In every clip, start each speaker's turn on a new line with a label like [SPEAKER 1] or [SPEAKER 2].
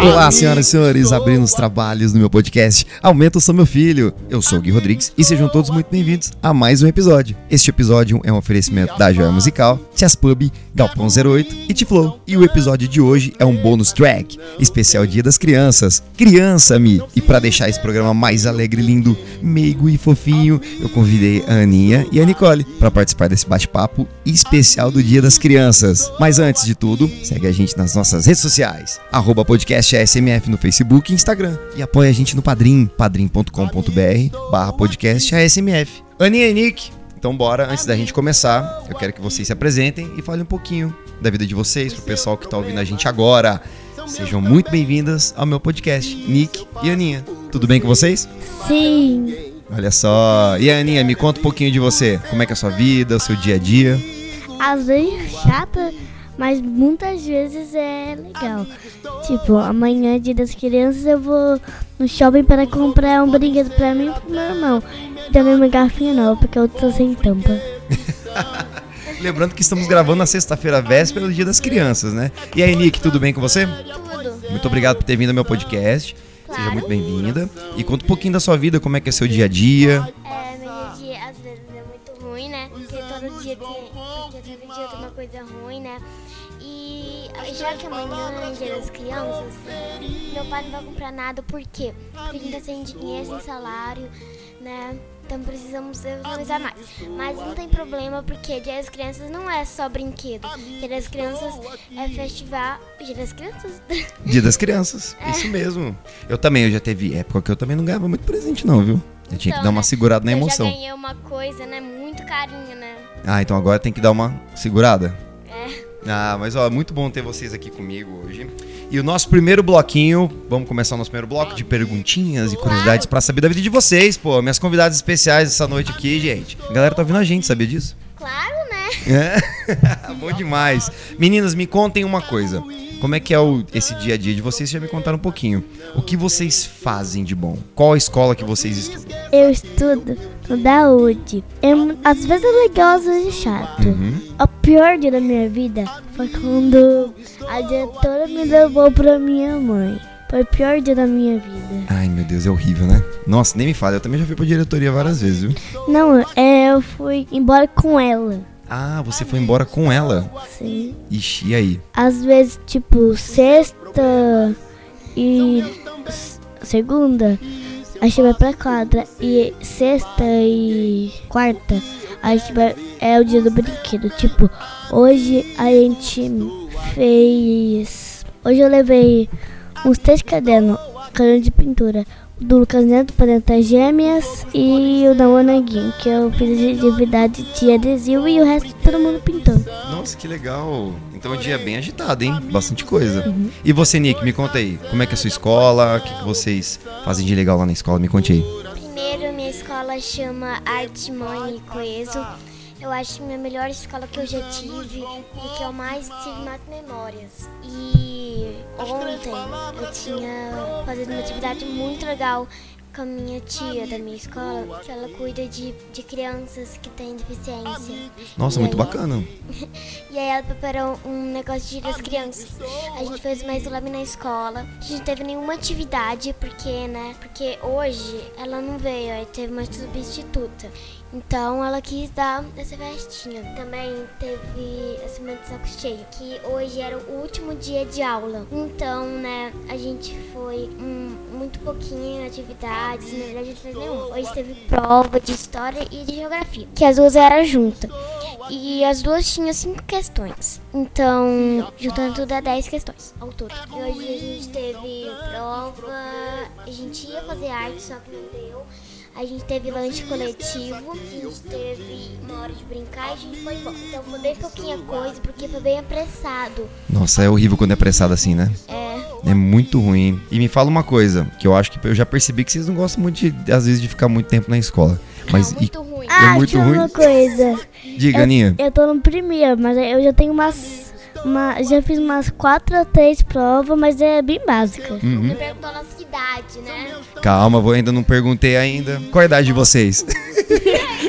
[SPEAKER 1] Olá, senhoras e senhores, abrindo os trabalhos no meu podcast Aumenta o Som Meu Filho. Eu sou o Gui Rodrigues e sejam todos muito bem-vindos a mais um episódio. Este episódio é um oferecimento da Joia Musical, Chess Pub, Galpão 08 e Tiflow. E o episódio de hoje é um bônus track, especial Dia das Crianças, Criança-me. E para deixar esse programa mais alegre e lindo, meigo e fofinho, eu convidei a Aninha e a Nicole para participar desse bate-papo especial do Dia das Crianças. Mas antes de tudo, segue a gente nas nossas redes sociais, arroba podcast ASMF no Facebook e Instagram. E apoia a gente no Padrim, padrim.com.br barra podcast ASMF. Aninha e Nick, então bora, antes da gente começar, eu quero que vocês se apresentem e falem um pouquinho da vida de vocês, pro pessoal que tá ouvindo a gente agora. Sejam muito bem-vindas ao meu podcast, Nick e Aninha. Tudo bem com vocês?
[SPEAKER 2] Sim,
[SPEAKER 1] Olha só. E Aninha, me conta um pouquinho de você. Como é que é a sua vida, o seu dia a dia?
[SPEAKER 2] às vezes é chata, mas muitas vezes é legal. Tipo, amanhã, dia das crianças, eu vou no shopping para comprar um brinquedo pra mim e pro meu irmão. E também uma garfinha nova, porque eu tô sem tampa.
[SPEAKER 1] Lembrando que estamos gravando na sexta-feira véspera do Dia das Crianças, né? E aí, Nick, tudo bem com você? Muito obrigado por ter vindo ao meu podcast. Seja muito bem-vinda. E conta um pouquinho da sua vida, como é que é seu dia a dia.
[SPEAKER 3] É, meu dia às vezes é muito ruim, né? Porque todo dia tem, porque todo dia tem uma coisa ruim, né? E já que amanhã é dia das crianças, meu pai não vai comprar nada, por quê? Porque a gente tá sem dinheiro, sem salário, né? Então precisamos economizar mais. Mas não tem problema, porque Dia das Crianças não é só brinquedo. Dia das Crianças é festival. Dia das Crianças?
[SPEAKER 1] Dia das Crianças, isso mesmo. Eu também, eu já teve época que eu também não ganhava muito presente não, viu? Eu tinha que
[SPEAKER 3] Então,
[SPEAKER 1] dar uma
[SPEAKER 3] né?
[SPEAKER 1] segurada na
[SPEAKER 3] Eu já
[SPEAKER 1] emoção.
[SPEAKER 3] ganhei uma coisa, né? Muito carinha, né?
[SPEAKER 1] Ah, então agora tem que dar uma segurada? É. Ah, mas ó, muito bom ter vocês aqui comigo hoje. E o nosso primeiro bloquinho, vamos começar o nosso primeiro bloco de perguntinhas e curiosidades pra saber da vida de vocês, pô. Minhas convidadas especiais essa noite aqui, gente. A galera tá ouvindo a gente, sabia disso?
[SPEAKER 3] Claro, né?
[SPEAKER 1] É? bom demais. Meninas, me contem uma coisa. Como é que é o, esse dia a dia de vocês? Já me contaram um pouquinho. O que vocês fazem de bom? Qual a escola que vocês estudam?
[SPEAKER 2] Eu estudo no Daúde. É mu- às vezes é legal, às vezes é chato. O pior dia da minha vida foi quando a diretora me levou pra minha mãe. Foi o pior dia da minha vida.
[SPEAKER 1] Ai, meu Deus, é horrível, né? Nossa, nem me fala. Eu também já fui pra diretoria várias vezes, viu?
[SPEAKER 2] Não, é, eu fui embora com ela.
[SPEAKER 1] Ah, você foi embora com ela?
[SPEAKER 2] Sim.
[SPEAKER 1] Ixi, e aí?
[SPEAKER 2] Às vezes, tipo, sexta e s- segunda, a gente vai pra quadra. E sexta e quarta, a gente vai. É o dia do brinquedo. Tipo, hoje a gente fez. Hoje eu levei uns três cadernos, caderno de pintura. o Do Lucas Neto, Planeta Gêmeas e o da Monaguinho, que eu fiz de atividade de adesivo e o resto todo mundo pintou.
[SPEAKER 1] Nossa, que legal. Então é um dia bem agitado, hein? Uhum. Bastante coisa. E você, Nick, me conta aí. Como é que é a sua escola? O que, que vocês fazem de legal lá na escola? Me conte aí.
[SPEAKER 3] Primeiro, minha escola chama Arte Mãe e Coeso. Eu acho que é a melhor escola que eu já tive e que eu mais tive mais memórias. E ontem eu tinha fazendo uma atividade muito legal com a minha tia da minha escola, que ela cuida de, de crianças que têm deficiência.
[SPEAKER 1] Nossa,
[SPEAKER 3] E
[SPEAKER 1] muito
[SPEAKER 3] aí-
[SPEAKER 1] bacana.
[SPEAKER 3] e aí ela preparou um negócio de dia das crianças. A gente fez mais lab na escola. A gente não teve nenhuma atividade, porque, né? Porque hoje ela não veio, aí teve uma substituta. Então ela quis dar essa festinha. Também teve a semana de saco cheio, que hoje era o último dia de aula. Então, né, a gente foi hum, muito pouquinho em atividades, na verdade não fez nenhuma. Hoje teve prova de história e de geografia, que as duas eram juntas. E as duas tinham cinco questões. Então, juntando tudo dá 10 questões ao todo. E hoje a gente teve prova, a gente ia fazer arte, só que não deu. A gente teve lanche coletivo, a gente teve uma hora de brincar e a gente foi embora. Então foi bem pouquinha coisa, porque foi bem apressado.
[SPEAKER 1] Nossa, é horrível quando é apressado assim, né?
[SPEAKER 3] É,
[SPEAKER 1] É muito ruim. E me fala uma coisa, que eu acho que eu já percebi que vocês não gostam muito, de, às vezes, de ficar muito tempo na escola. Mas, e-
[SPEAKER 3] muito ruim. Ah,
[SPEAKER 1] É muito
[SPEAKER 2] tinha
[SPEAKER 1] ruim.
[SPEAKER 2] uma coisa.
[SPEAKER 1] diga, Aninha.
[SPEAKER 2] Eu tô no primeiro, mas eu já tenho umas. uma- já fiz umas quatro ou três provas, mas é bem básica.
[SPEAKER 3] Ele perguntou a nossa idade, né?
[SPEAKER 1] Calma, vou ainda não perguntei ainda. Qual a idade de vocês?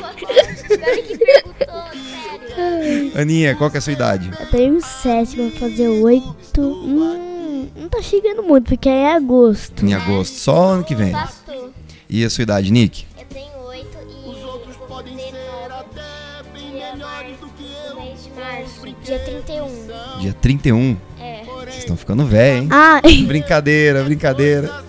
[SPEAKER 3] Agora que perguntou, sério.
[SPEAKER 1] Aninha, qual que é a sua idade?
[SPEAKER 2] Eu tenho sete, vou fazer oito. Hum, não tá tá chegando muito, porque é em agosto.
[SPEAKER 1] Em agosto, só ano que vem.
[SPEAKER 3] Pastor,
[SPEAKER 1] E a sua idade, Nick?
[SPEAKER 3] eu tenho oito e
[SPEAKER 4] Os outros
[SPEAKER 3] vou
[SPEAKER 4] podem
[SPEAKER 3] fazer
[SPEAKER 4] ser
[SPEAKER 3] nove
[SPEAKER 4] até bem
[SPEAKER 3] dia
[SPEAKER 4] melhores
[SPEAKER 3] mais-
[SPEAKER 4] do que
[SPEAKER 3] no
[SPEAKER 4] eu.
[SPEAKER 3] mês de março, dia 31.
[SPEAKER 1] Dia 31.
[SPEAKER 3] É.
[SPEAKER 1] Vocês estão ficando velho, hein?
[SPEAKER 2] Ah,
[SPEAKER 1] Brincadeira, brincadeira.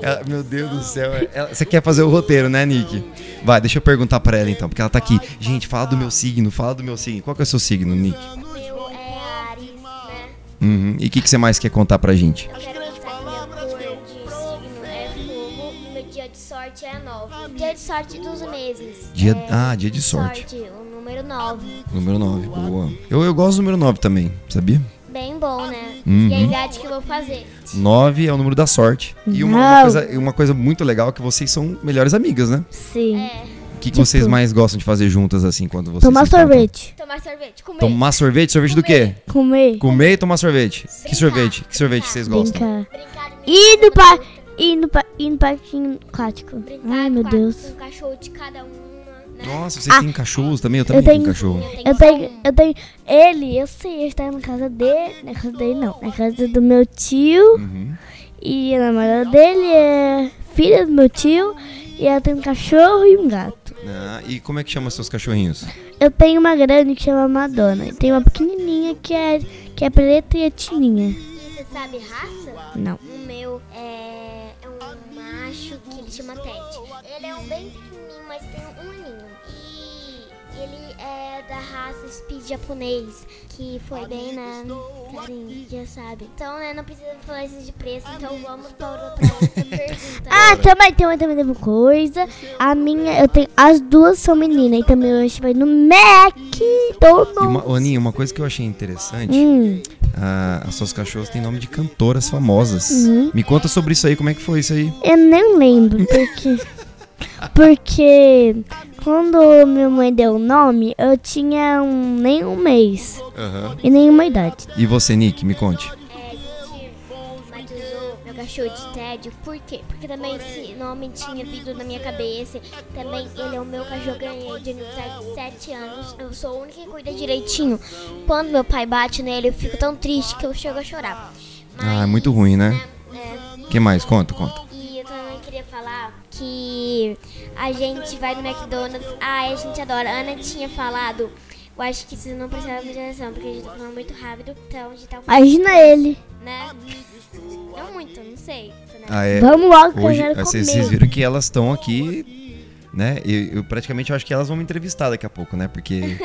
[SPEAKER 1] Ela- meu Deus do céu. é, ela- você quer fazer o roteiro, né, Nick? Vai, deixa eu perguntar pra ela então, porque ela tá aqui. Gente, fala do meu signo, fala do meu signo. Qual que é o seu signo, Nick?
[SPEAKER 3] Meu é Ares, né?
[SPEAKER 1] Uhum. E o que, que você mais quer contar pra gente?
[SPEAKER 3] Eu quero contar que meu cor de signo é fogo e meu dia de sorte é 9. Dia de sorte dos meses.
[SPEAKER 1] Dia,
[SPEAKER 3] é
[SPEAKER 1] ah, dia de sorte.
[SPEAKER 3] o número 9.
[SPEAKER 1] Número 9, boa. Eu, eu gosto do número 9 também, sabia?
[SPEAKER 3] Bem bom, né?
[SPEAKER 1] Uhum.
[SPEAKER 3] E a idade que eu vou fazer.
[SPEAKER 1] 9 é o número da sorte. E uma, uma
[SPEAKER 2] Não.
[SPEAKER 1] coisa, uma coisa muito legal é que vocês são melhores amigas, né?
[SPEAKER 2] sim.
[SPEAKER 3] É,
[SPEAKER 1] O que, que vocês
[SPEAKER 2] Tipo-
[SPEAKER 1] mais gostam de fazer juntas assim quando vocês.
[SPEAKER 2] Tomar
[SPEAKER 1] se encontram?
[SPEAKER 2] sorvete.
[SPEAKER 3] tomar sorvete, comer.
[SPEAKER 1] Tomar sorvete? Sorvete do quê?
[SPEAKER 2] Comer.
[SPEAKER 1] Comer e tomar sorvete. Que
[SPEAKER 3] Brincar.
[SPEAKER 1] sorvete? Que sorvete vocês gostam?
[SPEAKER 2] Brincar.
[SPEAKER 3] Brincar
[SPEAKER 2] E
[SPEAKER 3] de menino,
[SPEAKER 2] no, par... e, no par... e no parquinho aquático.
[SPEAKER 3] Brincar
[SPEAKER 2] Ai, meu
[SPEAKER 3] com a-
[SPEAKER 2] Deus.
[SPEAKER 3] com o cachorro de cada uma, né?
[SPEAKER 1] Nossa, vocês têm cachorros também? Eu também
[SPEAKER 2] Ah, eu
[SPEAKER 1] tenho,
[SPEAKER 2] tenho-
[SPEAKER 1] cachorro.
[SPEAKER 2] Eu tenho, eu tenho. Ele, eu sei, ele tá na casa dele. Na casa dele não. Na casa do meu tio.
[SPEAKER 1] Uhum.
[SPEAKER 2] E a namorada dele é filha do meu tio. E ela tem um cachorro e um gato.
[SPEAKER 1] Ah, e como é que chama seus cachorrinhos?
[SPEAKER 2] Eu tenho uma grande que chama Madonna. E tem uma pequenininha que é, que é preta e é tininha.
[SPEAKER 3] Você sabe raça?
[SPEAKER 2] Não.
[SPEAKER 3] O meu é, é um macho que ele chama Ted. Ele é um bem pequenininho, mas tem um aninho. E ele é da raça Speed japonês, que foi bem na... Karen já sabe. Então, né, não precisa falar isso de preço, então vamos para outra pergunta.
[SPEAKER 2] Ah, também tem uma, também tem uma coisa. A minha, eu tenho. As duas são meninas. E também hoje vai no
[SPEAKER 1] E
[SPEAKER 2] McDonald's.
[SPEAKER 1] uma, ô, Aninha, uma coisa que eu achei interessante:
[SPEAKER 2] Hum,
[SPEAKER 1] ah, as suas cachorras têm nome de cantoras famosas.
[SPEAKER 2] Uhum.
[SPEAKER 1] Me conta sobre isso aí, como é que foi isso aí?
[SPEAKER 2] eu nem lembro, porque. Porque quando minha mãe deu o nome, eu tinha um, nem um mês e nenhuma idade.
[SPEAKER 1] E você, Nick, me conte.
[SPEAKER 3] É, gente, batizou meu cachorro de tédio. Por quê? Porque também esse nome tinha vindo na minha cabeça. Também ele é o meu cachorro, eu ganhei de aniversário de 7 anos. Eu sou a única que cuida direitinho. Quando meu pai bate nele, eu fico tão triste que eu chego a chorar.
[SPEAKER 1] Ah, é muito ruim, né?
[SPEAKER 3] né, é,
[SPEAKER 1] O que mais? Conta, conta.
[SPEAKER 3] e eu também queria falar que a gente vai no McDonald's, ai, a gente adora. A Ana tinha falado, eu acho que vocês não prestaram muita atenção, porque a gente tá falando muito rápido, então a gente tá falando
[SPEAKER 2] Imagina ele.
[SPEAKER 3] né? Não muito, não sei. Né?
[SPEAKER 1] Ah, é.
[SPEAKER 2] Vamos logo que
[SPEAKER 1] Hoje,
[SPEAKER 2] eu quero
[SPEAKER 1] vocês,
[SPEAKER 2] comer.
[SPEAKER 1] vocês viram que elas estão aqui, né? Eu, eu praticamente acho que elas vão me entrevistar daqui a pouco, né? Porque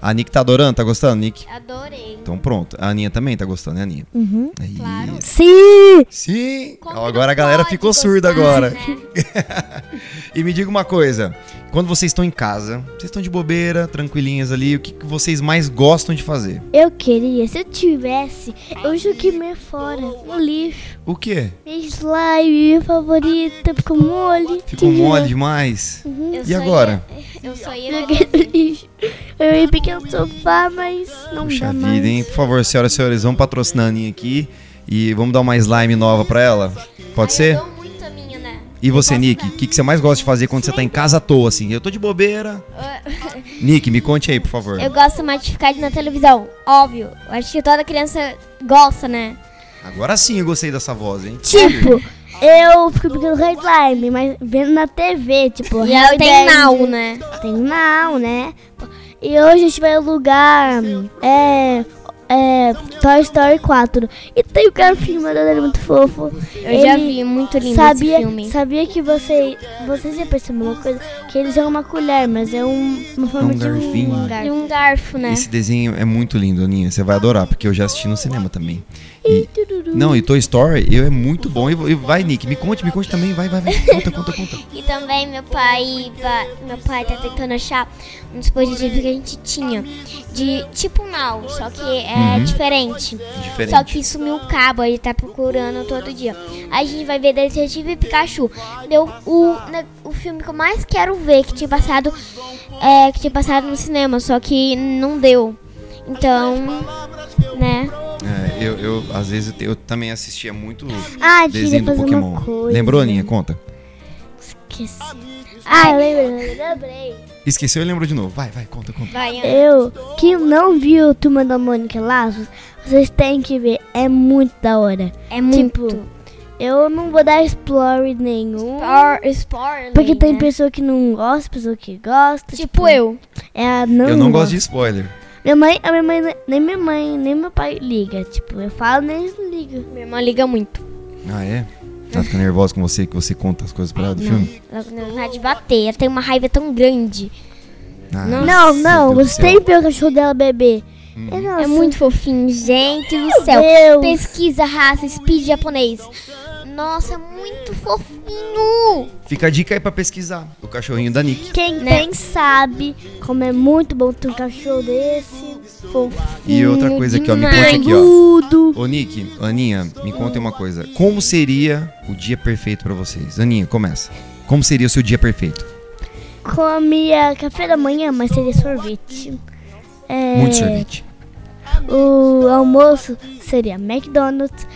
[SPEAKER 1] a Nick tá adorando, tá gostando, Nick?
[SPEAKER 3] Adorei.
[SPEAKER 1] Então pronto. A Aninha também tá gostando, né, Aninha?
[SPEAKER 2] Uhum.
[SPEAKER 1] Aí-
[SPEAKER 3] Claro.
[SPEAKER 2] Sim!
[SPEAKER 1] Sim!
[SPEAKER 3] Como
[SPEAKER 1] Ó,
[SPEAKER 3] não
[SPEAKER 1] agora a galera
[SPEAKER 3] pode
[SPEAKER 1] ficou
[SPEAKER 3] gostar,
[SPEAKER 1] surda agora.
[SPEAKER 3] né?
[SPEAKER 1] E me diga uma coisa. Quando vocês estão em casa, vocês estão de bobeira, tranquilinhas ali, o que, que vocês mais gostam de fazer?
[SPEAKER 2] Eu queria, se eu tivesse, eu joguei meio fora, no lixo.
[SPEAKER 1] O quê?
[SPEAKER 2] Minha slime favorita ficou mole.
[SPEAKER 1] Ficou
[SPEAKER 2] Tive-
[SPEAKER 1] um
[SPEAKER 3] é?
[SPEAKER 1] mole demais?
[SPEAKER 3] Eu
[SPEAKER 1] E
[SPEAKER 3] só
[SPEAKER 1] agora?
[SPEAKER 3] ia- eu só ia
[SPEAKER 2] Joguei no lixo. Eu ia pegar o sofá, mas não
[SPEAKER 1] Puxa
[SPEAKER 2] dá mais.
[SPEAKER 1] vida, hein? Por favor, senhoras e senhores, vamos patrocinar a Aninha aqui e vamos dar uma slime nova pra ela? Pode ser?
[SPEAKER 3] Ajudou muito a minha, né?
[SPEAKER 1] E você,
[SPEAKER 3] Posso
[SPEAKER 1] Nick, o que, que você mais gosta de fazer quando você tá em casa à toa, assim? Eu tô de bobeira. Nick, me conte aí, por favor.
[SPEAKER 3] Eu gosto mais de ficar na televisão, óbvio. Eu acho que toda criança gosta, né?
[SPEAKER 1] Agora sim eu gostei dessa voz, hein?
[SPEAKER 2] Tipo, eu fico pegando Red Slime, mas vendo na TV, tipo,
[SPEAKER 3] E ela tem
[SPEAKER 2] Now,
[SPEAKER 3] nau, né?
[SPEAKER 2] Tem Now, né? E hoje a gente vai alugar é, é, Toy Story 4. E tem o cara filmando, ele é muito fofo.
[SPEAKER 3] Eu já vi, muito lindo
[SPEAKER 2] sabia,
[SPEAKER 3] esse filme.
[SPEAKER 2] Sabia que você, você já percebeu uma coisa? Que eles é uma colher, mas é um, uma forma de
[SPEAKER 1] garfinho.
[SPEAKER 2] um
[SPEAKER 3] E
[SPEAKER 2] garfo.
[SPEAKER 3] um garfo, né?
[SPEAKER 1] Esse desenho é muito lindo, Aninha. Você vai adorar, porque eu já assisti no cinema também. E-
[SPEAKER 2] Tururu.
[SPEAKER 1] não, e Toy Story eu, é muito bom. E, e vai, Nick, me conte, me conte também. Vai, vai, vai. Conta, conta, conta.
[SPEAKER 3] E também meu pai, va- meu pai tá tentando achar um dispositivo que a gente tinha de tipo um now, só que é
[SPEAKER 1] Uhum.
[SPEAKER 3] diferente. Só
[SPEAKER 1] Diferente.
[SPEAKER 3] que sumiu o cabo, ele tá procurando todo dia. Aí a gente vai ver Detetive Pikachu. Deu o, ne- o filme que eu mais quero ver que tinha passado é que tinha passado no cinema, só que não deu. Então, né?
[SPEAKER 1] É, eu, eu, às vezes, eu, te- eu também assistia muito
[SPEAKER 2] Ah, eu queria
[SPEAKER 1] desenho do
[SPEAKER 2] fazer
[SPEAKER 1] Pokémon.
[SPEAKER 2] uma coisa.
[SPEAKER 1] Lembrou, Aninha? Conta.
[SPEAKER 2] esqueci. Ah, eu lembrei, eu lembrei.
[SPEAKER 1] Esqueceu e lembrou de novo. Vai, vai, conta, conta.
[SPEAKER 3] Vai, Ana.
[SPEAKER 2] Eu, que não viu Turma da Mônica e Laços, vocês têm que ver, é muito da hora.
[SPEAKER 3] É muito.
[SPEAKER 2] Tipo, eu não vou dar explore nenhum.
[SPEAKER 3] Spor- spoiler,
[SPEAKER 2] Porque tem
[SPEAKER 3] né?
[SPEAKER 2] pessoa que não gosta, pessoa que gosta.
[SPEAKER 3] Tipo eu.
[SPEAKER 2] É, não
[SPEAKER 1] Eu não gosto
[SPEAKER 2] gosta.
[SPEAKER 1] de spoiler.
[SPEAKER 2] Minha mãe, a minha mãe, nem minha mãe, nem meu pai liga. Tipo, eu falo, nem eles não ligam.
[SPEAKER 3] Minha irmã liga muito.
[SPEAKER 1] Ah, é? Ela fica nervosa com você que você conta as coisas pra ela do filme?
[SPEAKER 3] Ela tem vontade de bater. Ela tem uma raiva tão grande.
[SPEAKER 1] Ah,
[SPEAKER 2] Não, não,
[SPEAKER 1] meu Deus do
[SPEAKER 2] você
[SPEAKER 1] céu. Uhum.
[SPEAKER 2] tem que ver o cachorro dela beber. É, nossa,
[SPEAKER 3] É muito fofinho, gente do céu.
[SPEAKER 2] Meu Deus.
[SPEAKER 3] Pesquisa, raça, speed japonês. Nossa, é muito fofinho.
[SPEAKER 1] Fica a dica aí pra pesquisar. O cachorrinho da Nick.
[SPEAKER 2] Quem
[SPEAKER 3] Né?
[SPEAKER 2] tem sabe como é muito bom ter um cachorro desse.
[SPEAKER 1] E outra coisa aqui, ó. Me conta aqui, ó.
[SPEAKER 2] Tudo.
[SPEAKER 1] Ô, Nick, Aninha, me contem uma coisa. Como seria o dia perfeito pra vocês? Aninha, começa. Como seria o seu dia perfeito?
[SPEAKER 2] Comia café da manhã, mas seria sorvete. É,
[SPEAKER 1] Muito sorvete.
[SPEAKER 2] O almoço seria McDonald's.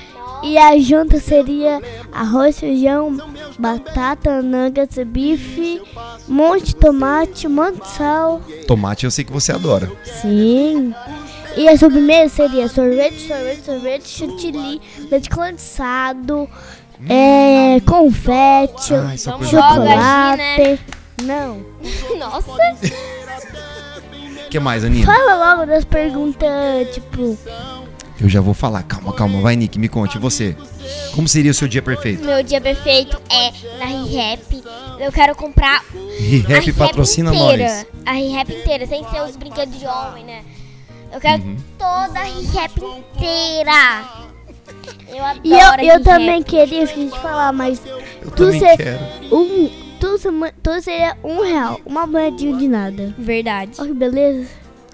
[SPEAKER 2] E a janta seria arroz, feijão, batata, nuggets, bife, monte de tomate, um monte de sal.
[SPEAKER 1] Tomate eu sei que você adora.
[SPEAKER 2] Sim. E a sobremesa seria sorvete, sorvete, sorvete, chantilly, leite condensado, é, confete,
[SPEAKER 1] Hum. Ai, só coisa
[SPEAKER 3] logo
[SPEAKER 1] boa.
[SPEAKER 3] aí.
[SPEAKER 2] chocolate.
[SPEAKER 3] né?
[SPEAKER 2] Não.
[SPEAKER 3] Nossa.
[SPEAKER 1] O que mais, Aninha?
[SPEAKER 2] Fala logo das perguntas, tipo,
[SPEAKER 1] Eu já vou falar. Calma, calma. Vai, Nick, me conte. Você. Como seria o seu dia perfeito?
[SPEAKER 3] Meu dia perfeito é na Rap. Eu quero comprar a
[SPEAKER 1] Rap
[SPEAKER 3] Rap
[SPEAKER 1] patrocina
[SPEAKER 3] inteira.
[SPEAKER 1] nós.
[SPEAKER 3] A Rap inteira, sem ser os brinquedos de homem, né? Eu quero
[SPEAKER 1] Uhum.
[SPEAKER 3] toda a Rap inteira. Eu adoro
[SPEAKER 2] E eu, eu
[SPEAKER 3] Rap.
[SPEAKER 2] também queria a gente falar, mas
[SPEAKER 1] Eu
[SPEAKER 2] Tu
[SPEAKER 1] também
[SPEAKER 2] sei-
[SPEAKER 1] quero.
[SPEAKER 2] um, tudo, sema- tudo seria um real, uma moedinha de nada.
[SPEAKER 3] Verdade.
[SPEAKER 2] Olha que beleza.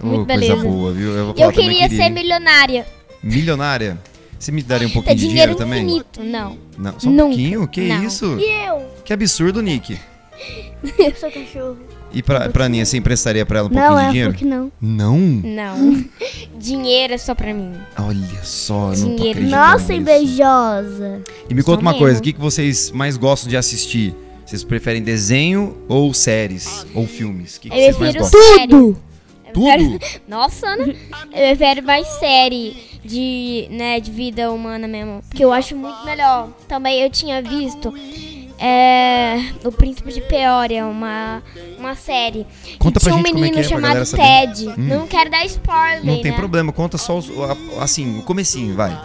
[SPEAKER 1] Ô,
[SPEAKER 3] Muito
[SPEAKER 1] coisa
[SPEAKER 3] beleza.
[SPEAKER 1] boa, viu? vou
[SPEAKER 3] Eu
[SPEAKER 1] falar também,
[SPEAKER 3] queria ser milionária.
[SPEAKER 1] milionária. Você me daria um pouquinho
[SPEAKER 3] Ter
[SPEAKER 1] de
[SPEAKER 3] dinheiro
[SPEAKER 1] dinheiro também?
[SPEAKER 3] infinito. Não.
[SPEAKER 1] Não, só um
[SPEAKER 3] Nunca.
[SPEAKER 1] pouquinho? Que
[SPEAKER 3] Não.
[SPEAKER 1] isso?
[SPEAKER 2] E eu?
[SPEAKER 1] Que absurdo, Nick.
[SPEAKER 2] Eu sou cachorro.
[SPEAKER 1] E pra, pra Aninha, você emprestaria pra ela um pouquinho
[SPEAKER 2] não,
[SPEAKER 1] de
[SPEAKER 2] é
[SPEAKER 1] dinheiro?
[SPEAKER 2] porque que não.
[SPEAKER 1] Não?
[SPEAKER 3] Não. dinheiro é só pra mim.
[SPEAKER 1] Olha só, eu não tô
[SPEAKER 3] Dinheiro.
[SPEAKER 1] acreditando
[SPEAKER 2] Nossa,
[SPEAKER 1] nisso.
[SPEAKER 2] invejosa.
[SPEAKER 1] E me
[SPEAKER 3] Só
[SPEAKER 1] conta uma
[SPEAKER 3] mesmo.
[SPEAKER 1] coisa, o que, que vocês mais gostam de assistir? Vocês preferem desenho ou séries? Ou filmes? O que, que
[SPEAKER 3] Eu
[SPEAKER 1] vocês mais
[SPEAKER 3] prefiro
[SPEAKER 1] gostam?
[SPEAKER 3] série. Eu
[SPEAKER 1] Tudo?
[SPEAKER 3] prefiro- Nossa, Ana. Eu prefiro mais série de, né, de vida humana mesmo. Que eu acho muito melhor. Também eu tinha visto é, O Príncipe de Peória, uma, uma série.
[SPEAKER 1] Conta pra
[SPEAKER 3] Tinha um
[SPEAKER 1] gente como é que
[SPEAKER 3] menino
[SPEAKER 1] é pra galera
[SPEAKER 3] chamado
[SPEAKER 1] saber.
[SPEAKER 3] Ted.
[SPEAKER 1] Hum.
[SPEAKER 3] Não quero dar spoiler,
[SPEAKER 1] Não tem
[SPEAKER 3] né?
[SPEAKER 1] problema, conta só os, a- assim, o comecinho, vai.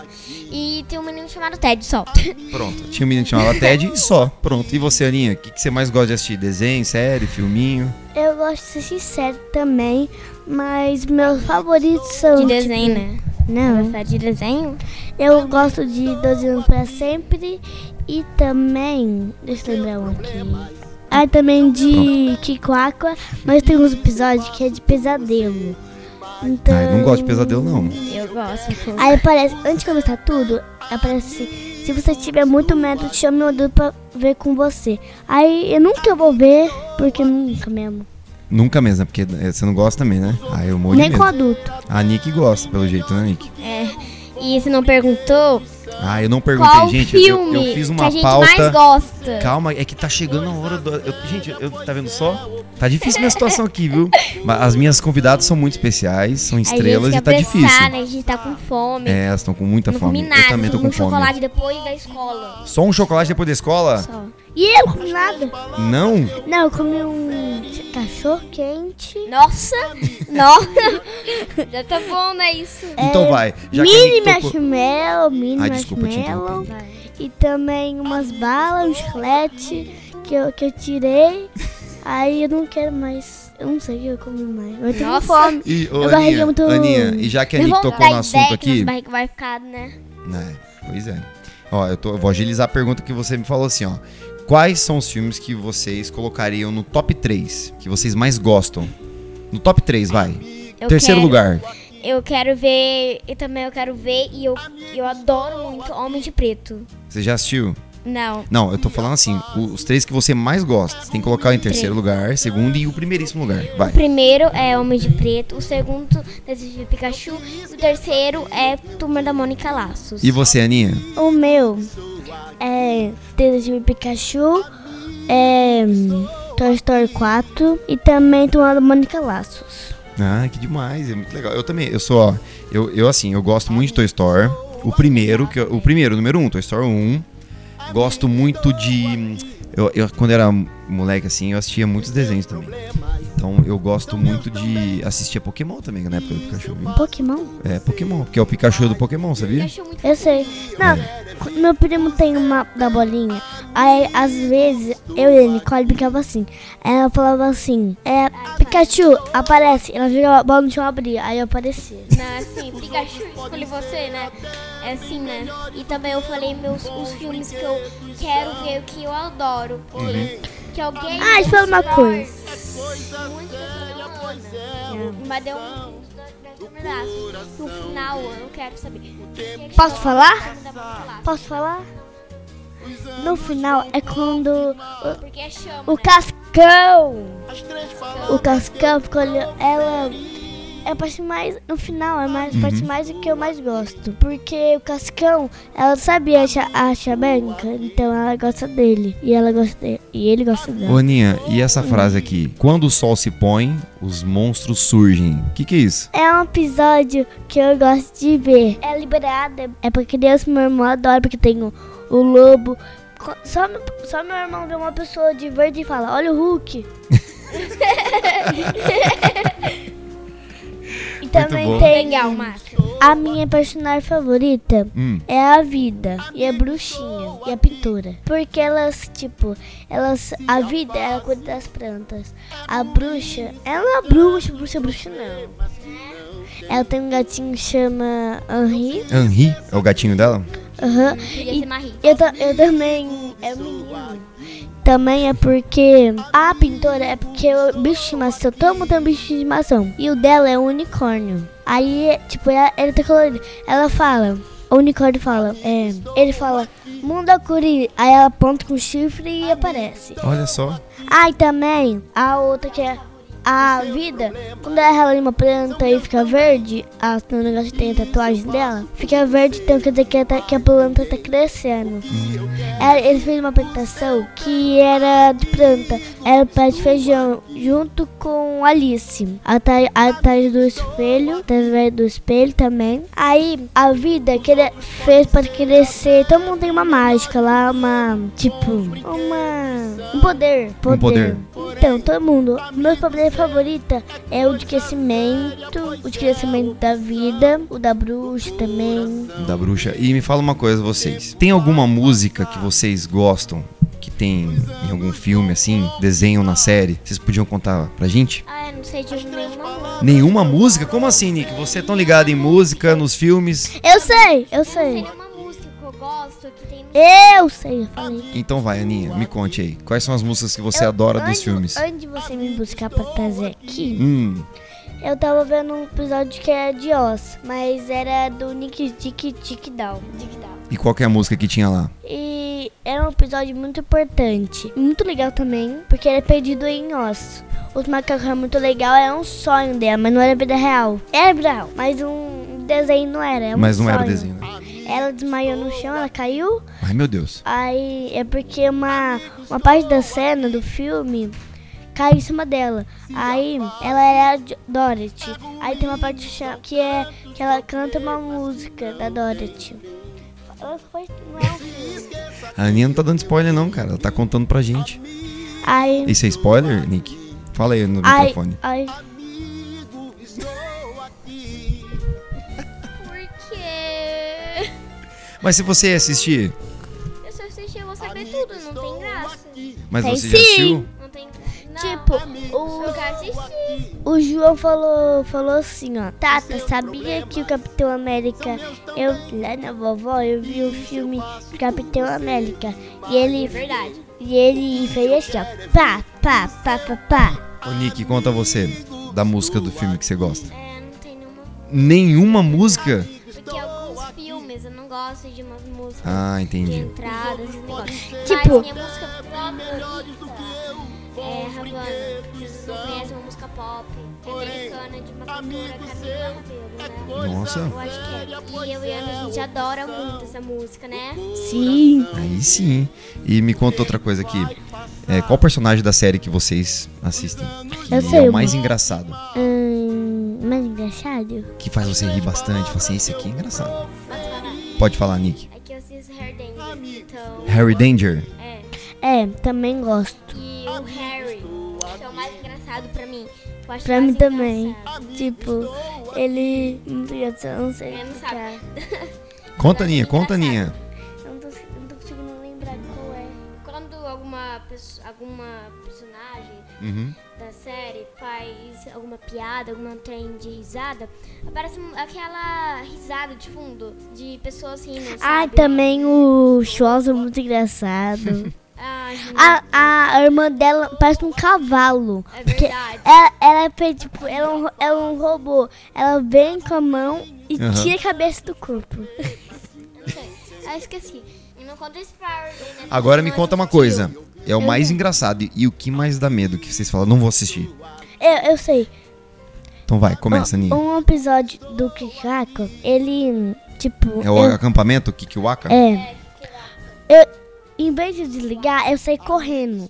[SPEAKER 3] E tem um menino chamado Ted só.
[SPEAKER 1] Pronto. Tinha um menino que chamava Ted e só. Pronto. E você, Aninha, o que, que você mais gosta de assistir? Desenho, série, filminho?
[SPEAKER 2] Eu gosto de assistir série também, mas meus favoritos são.
[SPEAKER 3] De
[SPEAKER 2] tipo,
[SPEAKER 3] desenho, né?
[SPEAKER 2] Não.
[SPEAKER 3] Gostar de desenho?
[SPEAKER 2] Eu gosto de 12 anos pra sempre e também. Deixa eu lembrar um aqui. Ah, também de Kiko Aqua, mas tem uns episódios que é de pesadelo. Então.
[SPEAKER 1] Ah, eu não gosto de pesadelo, não.
[SPEAKER 3] Eu gosto. um
[SPEAKER 2] Aí aparece, antes de começar tudo, aparece assim, se você tiver muito medo, chame o adulto pra ver com você. Aí eu nunca vou ver, porque nunca mesmo.
[SPEAKER 1] Nunca mesmo, né? porque eh, você não gosta também, né? Ah, eu morro de
[SPEAKER 2] Nem
[SPEAKER 1] medo.
[SPEAKER 2] com adulto.
[SPEAKER 1] A Nick gosta, pelo jeito, né, Nick?
[SPEAKER 3] E se não perguntou,
[SPEAKER 1] Ah, eu não perguntei,
[SPEAKER 3] qual
[SPEAKER 1] gente. eu-
[SPEAKER 3] filme
[SPEAKER 1] eu, eu fiz
[SPEAKER 3] que
[SPEAKER 1] uma
[SPEAKER 3] a gente
[SPEAKER 1] pauta.
[SPEAKER 3] mais gosta?
[SPEAKER 1] Calma, é que tá chegando a hora do. eu- gente, eu, tá vendo só? Tá difícil minha situação aqui, viu? Mas as minhas convidadas são muito especiais,
[SPEAKER 3] É
[SPEAKER 1] são estrelas
[SPEAKER 3] a
[SPEAKER 1] e
[SPEAKER 3] gente
[SPEAKER 1] tá
[SPEAKER 3] quer apressar,
[SPEAKER 1] difícil.
[SPEAKER 3] né? A gente tá com fome.
[SPEAKER 1] É, elas estão com muita
[SPEAKER 3] não
[SPEAKER 1] fome.
[SPEAKER 3] comi nada,
[SPEAKER 1] eu também tô
[SPEAKER 3] comi
[SPEAKER 1] com
[SPEAKER 3] um
[SPEAKER 1] fome.
[SPEAKER 3] chocolate depois da escola.
[SPEAKER 1] Só um chocolate depois da escola?
[SPEAKER 3] Só.
[SPEAKER 2] E eu não comi nada.
[SPEAKER 1] Não?
[SPEAKER 2] Não, eu comi um cachorro quente.
[SPEAKER 3] Nossa! nossa! Já tá bom, né? Isso.
[SPEAKER 1] Então vai. Já que a
[SPEAKER 2] mini
[SPEAKER 1] Nick tocou-
[SPEAKER 2] marshmallow, mini
[SPEAKER 1] Ah, desculpa, eu
[SPEAKER 3] né?
[SPEAKER 1] te
[SPEAKER 2] marshmallow. E também umas balas, um chiclete que eu, que eu tirei. Aí eu não quero mais. Eu não sei o que eu comi mais. um Eu tenho
[SPEAKER 3] Nossa.
[SPEAKER 2] fome.
[SPEAKER 1] E, ô,
[SPEAKER 2] Minha barriga
[SPEAKER 1] Aninha,
[SPEAKER 2] é muito-
[SPEAKER 1] Aninha, e já que a
[SPEAKER 3] Não
[SPEAKER 1] Nick
[SPEAKER 3] vamos
[SPEAKER 1] tocou no
[SPEAKER 3] dar
[SPEAKER 1] assunto
[SPEAKER 3] ideia que
[SPEAKER 1] aqui.
[SPEAKER 3] nosso barrigo vai ficar, né?
[SPEAKER 1] né? Pois é. Ó, eu, tô- eu vou agilizar a pergunta que você me falou assim, ó. Quais são os filmes que vocês colocariam no top 3? Que vocês mais gostam? No top 3, vai.
[SPEAKER 3] Eu
[SPEAKER 1] Terceiro
[SPEAKER 3] quero-
[SPEAKER 1] lugar.
[SPEAKER 3] Eu quero ver, e também eu quero ver, e eu, eu adoro muito Homem de Preto.
[SPEAKER 1] Você já assistiu?
[SPEAKER 3] Não,
[SPEAKER 1] Não, eu tô falando assim, o- os três que você mais gosta. Você tem que colocar em terceiro lugar, segundo e o primeiríssimo lugar.
[SPEAKER 3] O
[SPEAKER 1] Vai.
[SPEAKER 3] primeiro é Homem de Preto, o segundo Detetive Pikachu, o terceiro é Turma da Mônica Laços.
[SPEAKER 1] E você, Aninha?
[SPEAKER 2] O meu é Detetive Pikachu, é, Toy Story 4 e também Tomada Mônica Laços.
[SPEAKER 1] Ah, que demais, é muito legal. Eu também, eu sou, ó, eu, eu assim, eu gosto muito de Toy Story. O primeiro, que eu- o primeiro, o número um, Toy Story 1. Gosto muito de. Eu, eu, quando era moleque, assim, eu assistia muitos desenhos também. Então eu gosto muito de assistir a Pokémon também, né, na época do Pikachu. viu?
[SPEAKER 2] Pokémon?
[SPEAKER 1] É, Pokémon, porque é o Pikachu do Pokémon, sabia?
[SPEAKER 3] é
[SPEAKER 4] Achou muito
[SPEAKER 2] Eu sei. Não, qu- meu primo tem um mapa da bolinha. Aí, às vezes, eu e a Nicole brincava assim. Aí ela falava assim, é, Pikachu, aparece. Ela jogava a bola no chão e abria. Aí eu aparecia.
[SPEAKER 4] Não, assim, Pikachu, escolhi você, né? É assim, né? E também eu falei meus, os filmes que eu quero ver, que eu adoro. Que, que alguém...
[SPEAKER 2] Ah, deixa eu falar uma coisa.
[SPEAKER 4] Muito legal. Mas deu um... deu um pedaço. No final, eu não quero saber.
[SPEAKER 2] Posso falar?
[SPEAKER 4] falar?
[SPEAKER 2] Posso falar? No final é quando o-
[SPEAKER 4] Porque é chama,
[SPEAKER 2] o, Cascão. O Cascão ficou olhando. Ela é a parte mais. No final é mais, a parte mais do que eu mais gosto. Porque o Cascão, ela sabia a, Cha- a Xabenca, então ela gosta dele. E ela gosta dele. E ele gosta
[SPEAKER 1] Ô
[SPEAKER 2] dela.
[SPEAKER 1] Aninha, e essa frase aqui? Quando o sol se põe, os monstros surgem. O que, que é isso?
[SPEAKER 2] É um episódio que eu gosto de ver. É liberada. É pra criança, meu irmão adora, porque tem o, o lobo. Co- Só, meu- só meu irmão vê uma pessoa de verde e fala: Olha o Hulk. e
[SPEAKER 1] bom.
[SPEAKER 2] também tem
[SPEAKER 4] Legal, Márcio.
[SPEAKER 2] a minha personagem favorita.
[SPEAKER 1] Hum.
[SPEAKER 2] É a vida e a bruxinha e a pintura. Porque elas, tipo, elas. A vida, ela cuida das plantas. A bruxa, ela não é bruxa, bruxa, bruxa não. Ela tem um gatinho que chama Henri.
[SPEAKER 1] Henri é o gatinho dela?
[SPEAKER 2] Aham.
[SPEAKER 3] é
[SPEAKER 4] Podia
[SPEAKER 2] E
[SPEAKER 4] ser Marie.
[SPEAKER 2] eu, ta- eu também. É um menino. Também é porque a pintora é porque o bicho de estimação, todo mundo tem um bicho de estimação. E o dela é um unicórnio. Aí, tipo, ela- ele tá colorido. Ela fala, o unicórnio fala, é, ele fala, mundo acuri. Aí ela aponta com o chifre e aparece.
[SPEAKER 1] Olha só.
[SPEAKER 2] Ah, e também a outra que é a vida, quando ela rala uma planta e fica verde, a no negócio que tem a tatuagem dela, fica verde, então quer dizer que, ela tá- que a planta tá crescendo. Ela- ele fez uma plantação que era de planta, era um pé de feijão, junto com Alice. Atrás, atrás do espelho, através do espelho também. Aí a vida que ele fez para crescer, todo mundo tem uma mágica lá, uma. Tipo, uma. Um poder.
[SPEAKER 1] Um poder.
[SPEAKER 2] Então, todo mundo, meu poder favorito é o de crescimento, o de crescimento da vida, o da bruxa também.
[SPEAKER 1] Da bruxa. E me fala uma coisa, vocês. Tem alguma música que vocês gostam? Que tem em algum filme, assim? Desenho na série? Vocês podiam contar pra gente?
[SPEAKER 3] Ah, eu não sei de nenhuma.
[SPEAKER 1] Nenhuma música? Como assim, Nick? Você é tão ligado em música, nos filmes?
[SPEAKER 2] Eu sei, eu
[SPEAKER 4] Tem
[SPEAKER 2] sei.
[SPEAKER 4] uma música que eu gosto, que tem...
[SPEAKER 2] Eu sei, eu falei.
[SPEAKER 1] Então vai, Aninha, me conte aí. Quais são as músicas que você adora dos
[SPEAKER 2] Antes-
[SPEAKER 1] filmes?
[SPEAKER 2] Antes de você me buscar pra trazer aqui,
[SPEAKER 1] Hum,
[SPEAKER 2] eu tava vendo um episódio que é de Oz, mas era do Nick Dick Dick Down. Dick Down.
[SPEAKER 1] e qual que é a música que tinha lá?
[SPEAKER 2] E era um episódio muito importante. Muito legal também, porque ele é perdido em Oz. Os macacos é muito legal, era um sonho dela, mas não era vida real. Era vida real, mas um desenho não era. era um
[SPEAKER 1] Mas não era
[SPEAKER 2] sonho.
[SPEAKER 1] desenho, né?
[SPEAKER 2] Ela desmaiou no chão, ela caiu,
[SPEAKER 1] Ai, meu Deus.
[SPEAKER 2] Aí é porque uma, uma parte da cena do filme cai em cima dela. Aí ela é a Jo- Dorothy. Aí tem uma parte que chama- que é que ela canta uma música da Dorothy. Ela foi- não é um filme.
[SPEAKER 1] A Aninha não tá dando spoiler, não, cara. Ela tá contando pra gente.
[SPEAKER 2] Aí,
[SPEAKER 1] Isso é spoiler, Nick? Fala aí no
[SPEAKER 2] aí,
[SPEAKER 1] microfone.
[SPEAKER 2] aí,
[SPEAKER 4] Por quê?
[SPEAKER 1] Mas se você assistir,
[SPEAKER 4] Eu só assisti, eu vou saber tudo, não tem graça.
[SPEAKER 1] mas
[SPEAKER 2] Tem
[SPEAKER 1] você já
[SPEAKER 2] sim.
[SPEAKER 1] assistiu?
[SPEAKER 4] Não tem... Não,
[SPEAKER 2] tipo,
[SPEAKER 4] eu quero assistir.
[SPEAKER 2] o, o João falou, falou assim, ó. Tata, sabia que o Capitão América, eu lá na vovó, eu vi o filme Capitão América. E ele
[SPEAKER 4] Verdade.
[SPEAKER 2] E ele fez assim, ó. Pá, pá, pá, pá, pá.
[SPEAKER 1] Ô, Nick, conta você da música do filme que você gosta.
[SPEAKER 4] É, não tem nenhuma...
[SPEAKER 1] Nenhuma música?
[SPEAKER 4] Porque alguns filmes eu não gosto de umas músicas
[SPEAKER 1] Ah,
[SPEAKER 4] de
[SPEAKER 1] entendi.
[SPEAKER 4] entradas, esses negócios.
[SPEAKER 2] Tipo-
[SPEAKER 4] Mas minha música favorita é
[SPEAKER 3] Havana. Vocês não conhecem uma música pop americana de uma cantora, Camila Cabello, né?
[SPEAKER 1] Nossa,
[SPEAKER 3] Eu acho que e eu e a Ana, a gente adora muito essa música, né?
[SPEAKER 2] Sim.
[SPEAKER 1] aí sim. E me conta outra coisa aqui. É, qual personagem da série que vocês assistem? Que
[SPEAKER 2] Eu
[SPEAKER 1] é
[SPEAKER 2] sei
[SPEAKER 1] o
[SPEAKER 2] uma.
[SPEAKER 1] mais engraçado.
[SPEAKER 2] Hum, mais engraçado?
[SPEAKER 1] Que faz você rir bastante. Fala assim, esse aqui é engraçado.
[SPEAKER 3] Mas falar.
[SPEAKER 1] Pode falar, Nick.
[SPEAKER 4] é
[SPEAKER 3] Aqui eu assisto Herding. Então,
[SPEAKER 1] Harry Danger.
[SPEAKER 3] é.
[SPEAKER 2] É, também gosto.
[SPEAKER 3] E o Harry, que é o mais engraçado pra mim. Eu acho
[SPEAKER 2] Pra
[SPEAKER 3] mais
[SPEAKER 2] mim também.
[SPEAKER 3] engraçado.
[SPEAKER 2] Tipo, ele. Muito engraçado, não sei. tá.
[SPEAKER 3] Eu não sabe.
[SPEAKER 1] Conta, Aninha, conta, Aninha.
[SPEAKER 2] Eu não tô, não tô conseguindo lembrar qual é.
[SPEAKER 3] Quando alguma, pesso- alguma personagem
[SPEAKER 1] Uhum.
[SPEAKER 3] da série faz alguma piada, alguma trem de risada, aparece um- aquela risada de fundo de pessoas rindo,
[SPEAKER 2] Ah,
[SPEAKER 3] sabe?
[SPEAKER 2] também o Chos é muito engraçado.
[SPEAKER 3] Ah, gente,
[SPEAKER 2] a, a irmã dela parece um cavalo.
[SPEAKER 3] é
[SPEAKER 2] Porque
[SPEAKER 3] verdade.
[SPEAKER 2] ela, ela é pe- tipo, ela é, um, ro- ela é um robô. Ela vem com a mão e
[SPEAKER 1] Aham.
[SPEAKER 2] tira a cabeça do corpo.
[SPEAKER 3] Não sei. Ah, esqueci. E não conta isso pra Arden, né?
[SPEAKER 1] Agora me
[SPEAKER 3] Não
[SPEAKER 1] conta uma
[SPEAKER 3] assistiu.
[SPEAKER 1] coisa. É o mais engraçado e- e o que mais dá medo que vocês falam, não vou assistir.
[SPEAKER 2] Eu, eu sei.
[SPEAKER 1] Então vai, começa,
[SPEAKER 2] um,
[SPEAKER 1] Aninha.
[SPEAKER 2] um episódio do Kikako, ele, tipo.
[SPEAKER 1] É o
[SPEAKER 2] eu-
[SPEAKER 1] acampamento Kikiwaka?
[SPEAKER 2] É. Eu, em vez de desligar, eu saí correndo.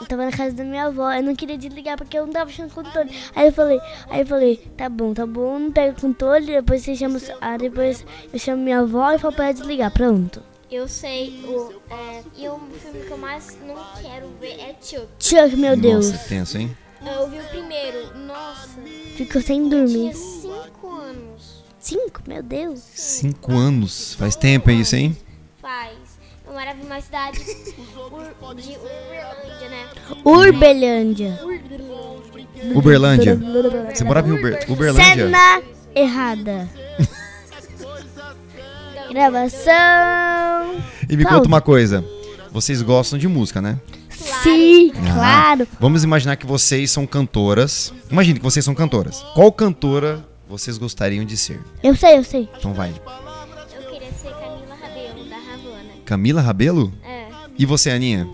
[SPEAKER 2] Eu tava na casa da minha avó, eu não queria desligar porque eu não tava achando o controle. Aí eu falei, aí eu falei, tá bom, tá bom, não pega o controle, depois você chama. Ah, depois eu chamo minha avó e falo pra ela desligar, pronto.
[SPEAKER 3] Eu sei. O, é, e o filme que eu mais não quero ver é Chuck.
[SPEAKER 2] Chuck, meu Deus,
[SPEAKER 1] Nossa, é tenso, hein?
[SPEAKER 3] Eu vi o primeiro. Nossa,
[SPEAKER 2] ficou sem
[SPEAKER 3] eu tinha
[SPEAKER 2] dormir.
[SPEAKER 1] Uhum.
[SPEAKER 3] 5 anos.
[SPEAKER 2] Cinco, meu Deus.
[SPEAKER 1] Cinco anos. Faz tempo é isso, hein?
[SPEAKER 3] Faz. Eu morava numa cidade ur- de Uberlândia, né?
[SPEAKER 2] Urbelândia.
[SPEAKER 3] Uberlândia.
[SPEAKER 1] Uberlândia. Você morava em Uber, Uberlândia?
[SPEAKER 2] Cena errada. Gravação.
[SPEAKER 1] E me conta uma coisa. Vocês gostam de música, né?
[SPEAKER 2] Sim, claro.
[SPEAKER 1] Ah, vamos imaginar que vocês são cantoras. Imagine que vocês são cantoras. Qual cantora vocês gostariam de ser?
[SPEAKER 2] Eu sei, eu sei.
[SPEAKER 1] Então vai.
[SPEAKER 3] Eu queria ser Camila Rabelo, da Havana.
[SPEAKER 1] Camila Rabelo?
[SPEAKER 3] É.
[SPEAKER 1] E você, Aninha?